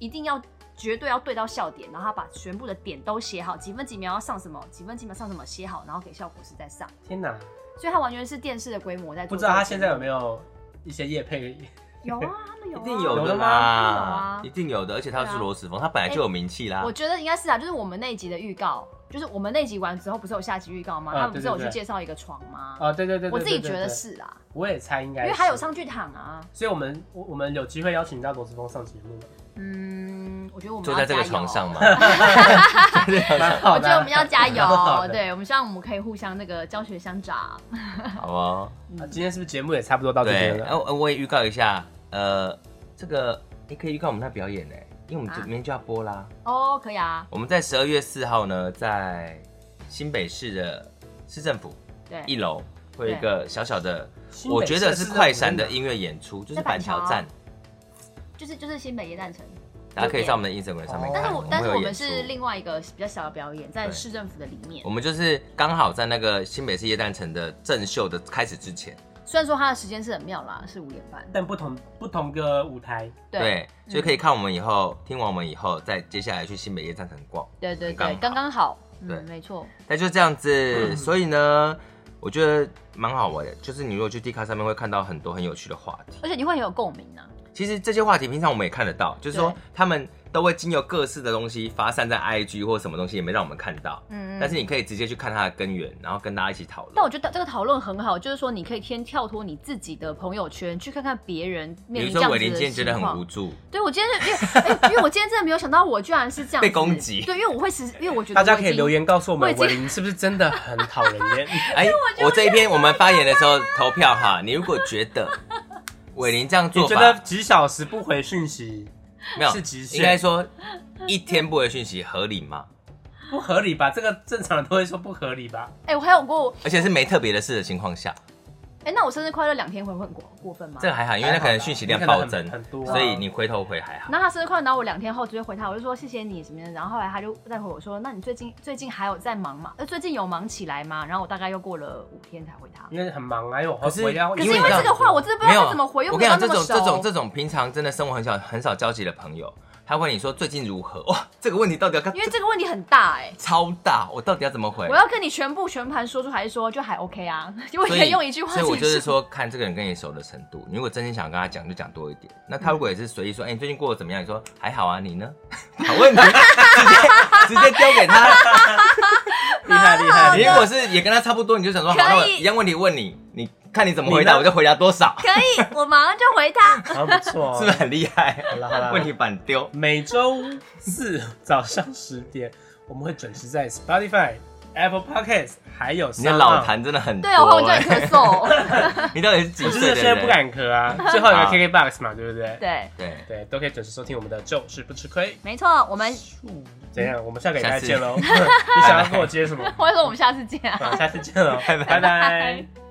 Speaker 1: 一定要。绝对要对到笑点，然后他把全部的点都写好，几分几秒要上什么，几分几秒上什么写好，然后给效果师再上，
Speaker 3: 天哪！
Speaker 1: 所以他完全是电视的规模在做。
Speaker 3: 不知道他现在有没有一些夜配，
Speaker 1: 有 <laughs> 啊，他们有、
Speaker 4: 一
Speaker 1: 啊，
Speaker 4: 定有
Speaker 3: 有
Speaker 4: 的
Speaker 3: 的
Speaker 1: 吗
Speaker 4: 啦，一定有的，而且他
Speaker 1: 对
Speaker 4: 是
Speaker 1: 啊
Speaker 4: 罗时峰，他本来就有名气啦
Speaker 1: 我。觉得应该是啊，就是我们那一集的预告，就是我们那集完之后不是有下集预告吗？
Speaker 3: 啊
Speaker 1: 他们不是有
Speaker 3: 对
Speaker 1: 去
Speaker 3: 对对
Speaker 1: 介绍一个床吗？
Speaker 4: 啊
Speaker 3: 哦，对对对，对
Speaker 1: 我自己觉
Speaker 3: 对
Speaker 1: 得
Speaker 3: 对
Speaker 1: 是啊，
Speaker 3: 我也猜应该，
Speaker 1: 因为还有，上去躺啊。
Speaker 3: 所以我们我我们有机会邀请到罗志峰上节
Speaker 1: <laughs>
Speaker 3: 目，
Speaker 1: 嗯，我觉得我们
Speaker 4: 坐
Speaker 1: 要
Speaker 4: 在这个
Speaker 1: 加油
Speaker 4: 床上嘛，
Speaker 1: <laughs> 我觉
Speaker 3: 蛮好的，啊
Speaker 1: 得我们要加
Speaker 3: 好
Speaker 1: 油，
Speaker 3: 的。
Speaker 1: 对我们希望我们可以互相那个教学相长。
Speaker 4: 好哦。
Speaker 3: 啊今天是不是节目也差不多到这边
Speaker 4: 对，然
Speaker 3: 了？
Speaker 4: 后呃我也预告一下，呃，这个你可以预告我们那表演呢，因为我们
Speaker 1: 啊
Speaker 4: 明天就要播啦。
Speaker 1: <laughs> 哦，可以啊，
Speaker 4: 我们在十二月四号呢，在新北市的市政府
Speaker 1: 对，
Speaker 4: 一楼会有一个小小的，
Speaker 3: 新
Speaker 4: 我
Speaker 3: 北
Speaker 4: 觉
Speaker 3: 市
Speaker 4: 得
Speaker 3: 市
Speaker 4: 是
Speaker 3: 政
Speaker 4: 快
Speaker 3: 府
Speaker 4: 闪
Speaker 3: 在
Speaker 4: 的
Speaker 3: 哪
Speaker 4: 音乐演出，就是
Speaker 1: 在板
Speaker 4: 板桥
Speaker 1: 桥
Speaker 4: 站，
Speaker 1: 就是就是新北耶诞城。
Speaker 4: 大家可以在我们的 Instagram 上面
Speaker 3: 哦
Speaker 1: 但是
Speaker 4: 看。
Speaker 1: 我但是
Speaker 4: 会有
Speaker 1: 我们
Speaker 4: 演出
Speaker 1: 是另外一个比较小的表演，在
Speaker 4: 对
Speaker 1: 市政府的里面
Speaker 4: 我。们就是刚好在那个新北市夜诞城的正秀的开始之前，
Speaker 1: 虽然说它的时间是很妙啦，是五点半。
Speaker 3: 但不同不同个舞台，
Speaker 1: 对嗯
Speaker 4: 所以可以看我们以后，听完我们以后，再接下来去新北夜诞城逛，
Speaker 1: 对对
Speaker 4: 刚
Speaker 1: 对，
Speaker 4: 好
Speaker 1: 刚刚好。
Speaker 4: 对
Speaker 1: 嗯，没错。
Speaker 4: 那就这样
Speaker 1: 嗯
Speaker 4: 子。所以呢，我觉得蛮好玩的，就是你如果去 D 卡上面会看到很多很有趣的话题。
Speaker 1: 而且你会很有共鸣啊。
Speaker 4: 其实这些话题平常我们也看得到，就是说
Speaker 1: 对
Speaker 4: 他们都会经由各式的东西发散在 IG 或什么东西，也没让我们看到。
Speaker 1: 嗯
Speaker 4: 但是你可以直接去看它的根源，然后跟大家一起讨
Speaker 1: 但
Speaker 4: 论
Speaker 1: 我。觉得这个讨论很好，就是说你可以先跳脱你自己的朋友圈，去看看别人
Speaker 4: 比
Speaker 1: 面
Speaker 4: 如
Speaker 1: 临这
Speaker 4: 说
Speaker 1: 样
Speaker 4: 伟
Speaker 1: 子
Speaker 4: 林今
Speaker 1: 的
Speaker 4: 天觉得
Speaker 1: 情
Speaker 4: 很无
Speaker 1: 况。
Speaker 4: 助，
Speaker 1: 对，我今天就因为、哎因为我今天真的没有想到，我居然是这样子
Speaker 4: 被攻击
Speaker 1: 对，因为我会实，因为我觉得
Speaker 3: 大家
Speaker 1: 我已
Speaker 3: 可以
Speaker 1: 经
Speaker 3: 留。言告诉我
Speaker 1: 我
Speaker 3: 们
Speaker 1: 已，经
Speaker 3: 文林是不是真的很讨人厌？
Speaker 1: <laughs>
Speaker 4: 哎，我这一篇我们发言的时候投票哈，你如果觉
Speaker 1: <laughs>
Speaker 4: 得伟林这样
Speaker 3: <laughs> 你
Speaker 4: 做
Speaker 3: 觉得
Speaker 4: 法
Speaker 3: 几小时不回讯息
Speaker 4: 没有
Speaker 3: 是极，限
Speaker 4: 应该说一天不回讯息合理吗？
Speaker 3: 不合理吧？这个正常人都会说不合理吧？
Speaker 1: 哎、我还有过，
Speaker 4: 而且是没特别的事的情况下，
Speaker 1: 哎、那我生日快乐两天会会很过过分吗？
Speaker 4: 这个还好，因为那可能讯息量
Speaker 3: 还好
Speaker 4: 暴
Speaker 3: 啦
Speaker 4: 增
Speaker 3: 你可能很很，多啊
Speaker 4: 所以你回头回还好。
Speaker 1: 然后他生日快乐，然后我两天后直接回他，我就说谢谢你什么的。然后后来他就再回我说，那你最近最近还有在忙吗？呃，最近有忙起来吗？然后我大概又过了五天才回他。
Speaker 3: 因为很忙啊，因为我
Speaker 4: 可是
Speaker 3: 我要
Speaker 1: 可
Speaker 4: 因
Speaker 1: 是
Speaker 4: 为
Speaker 1: 因为
Speaker 4: 你知道
Speaker 1: 这个话，我真的不知道该怎么回，又
Speaker 4: 啊我
Speaker 1: 没
Speaker 4: 跟你
Speaker 1: 有
Speaker 4: 讲，
Speaker 1: 那
Speaker 4: 这
Speaker 1: 么
Speaker 4: 种
Speaker 1: 熟。
Speaker 4: 这种这种平常真的生活很少很少交集的朋友，他问你说最近如何？
Speaker 1: <laughs>
Speaker 4: 哇，这个问题到底要跟
Speaker 1: 因为这个问题很大哎、
Speaker 4: 超大，我到底要怎么回
Speaker 1: 我？要跟你全部全盘说出，还是说就还 OK 啊？ <laughs> 因为
Speaker 4: 所
Speaker 1: 可以
Speaker 4: 以
Speaker 1: 用一句话
Speaker 4: 所以我
Speaker 1: 解
Speaker 4: 就是
Speaker 1: 释。
Speaker 4: 说，看这个人跟你熟的程度。你如果真心想跟他讲，就讲多一点。那他如果也是随意说，哎、你最近过得怎么样？你说还好啊，
Speaker 1: <laughs>
Speaker 4: 你呢？把问题 <laughs> 直接直接丢
Speaker 1: <laughs>
Speaker 4: 给他。
Speaker 3: 厉害厉害，
Speaker 4: 你如果 <laughs> 是也跟他差不多，你就想说，好，那我
Speaker 1: 可以
Speaker 4: 一样问题问你，你看你怎么回答，
Speaker 3: 你呢
Speaker 4: 我就回答
Speaker 1: <laughs>
Speaker 4: 多少，
Speaker 1: 可
Speaker 4: <laughs>
Speaker 1: 以，我马上就回他。
Speaker 3: 好像不错哦，
Speaker 4: 是不是很厉
Speaker 1: <laughs>
Speaker 4: 害？
Speaker 3: 好了好了
Speaker 4: 问题板丢。
Speaker 3: 每周四早上十点，我们会准时在 Spotify、Apple Podcast 还有
Speaker 4: 你的
Speaker 3: Sound
Speaker 4: 老痰真的很多、
Speaker 1: 对，我后面
Speaker 4: 哎
Speaker 1: 就很咳嗽。
Speaker 4: <laughs> 你到底是几
Speaker 3: 我就
Speaker 4: 岁
Speaker 3: 是
Speaker 4: 的
Speaker 3: 现在
Speaker 4: 人？
Speaker 3: 不敢咳
Speaker 4: <laughs>
Speaker 3: 啊。最后有个
Speaker 4: 好
Speaker 3: KKBox 嘛，对不对？
Speaker 1: 对，
Speaker 4: 对，
Speaker 3: 对，都可以准时收听我们的《就是不吃亏
Speaker 1: 没错，我们》。 <laughs>
Speaker 3: 怎样？我们下个礼
Speaker 4: 嗯下
Speaker 3: 拜
Speaker 4: 次
Speaker 3: <laughs> 见喽。你想要跟我接什么？
Speaker 1: 或者说我们下次见啊。
Speaker 3: 啊，下次见喽，
Speaker 4: <laughs> 拜拜
Speaker 3: 拜拜。
Speaker 1: 拜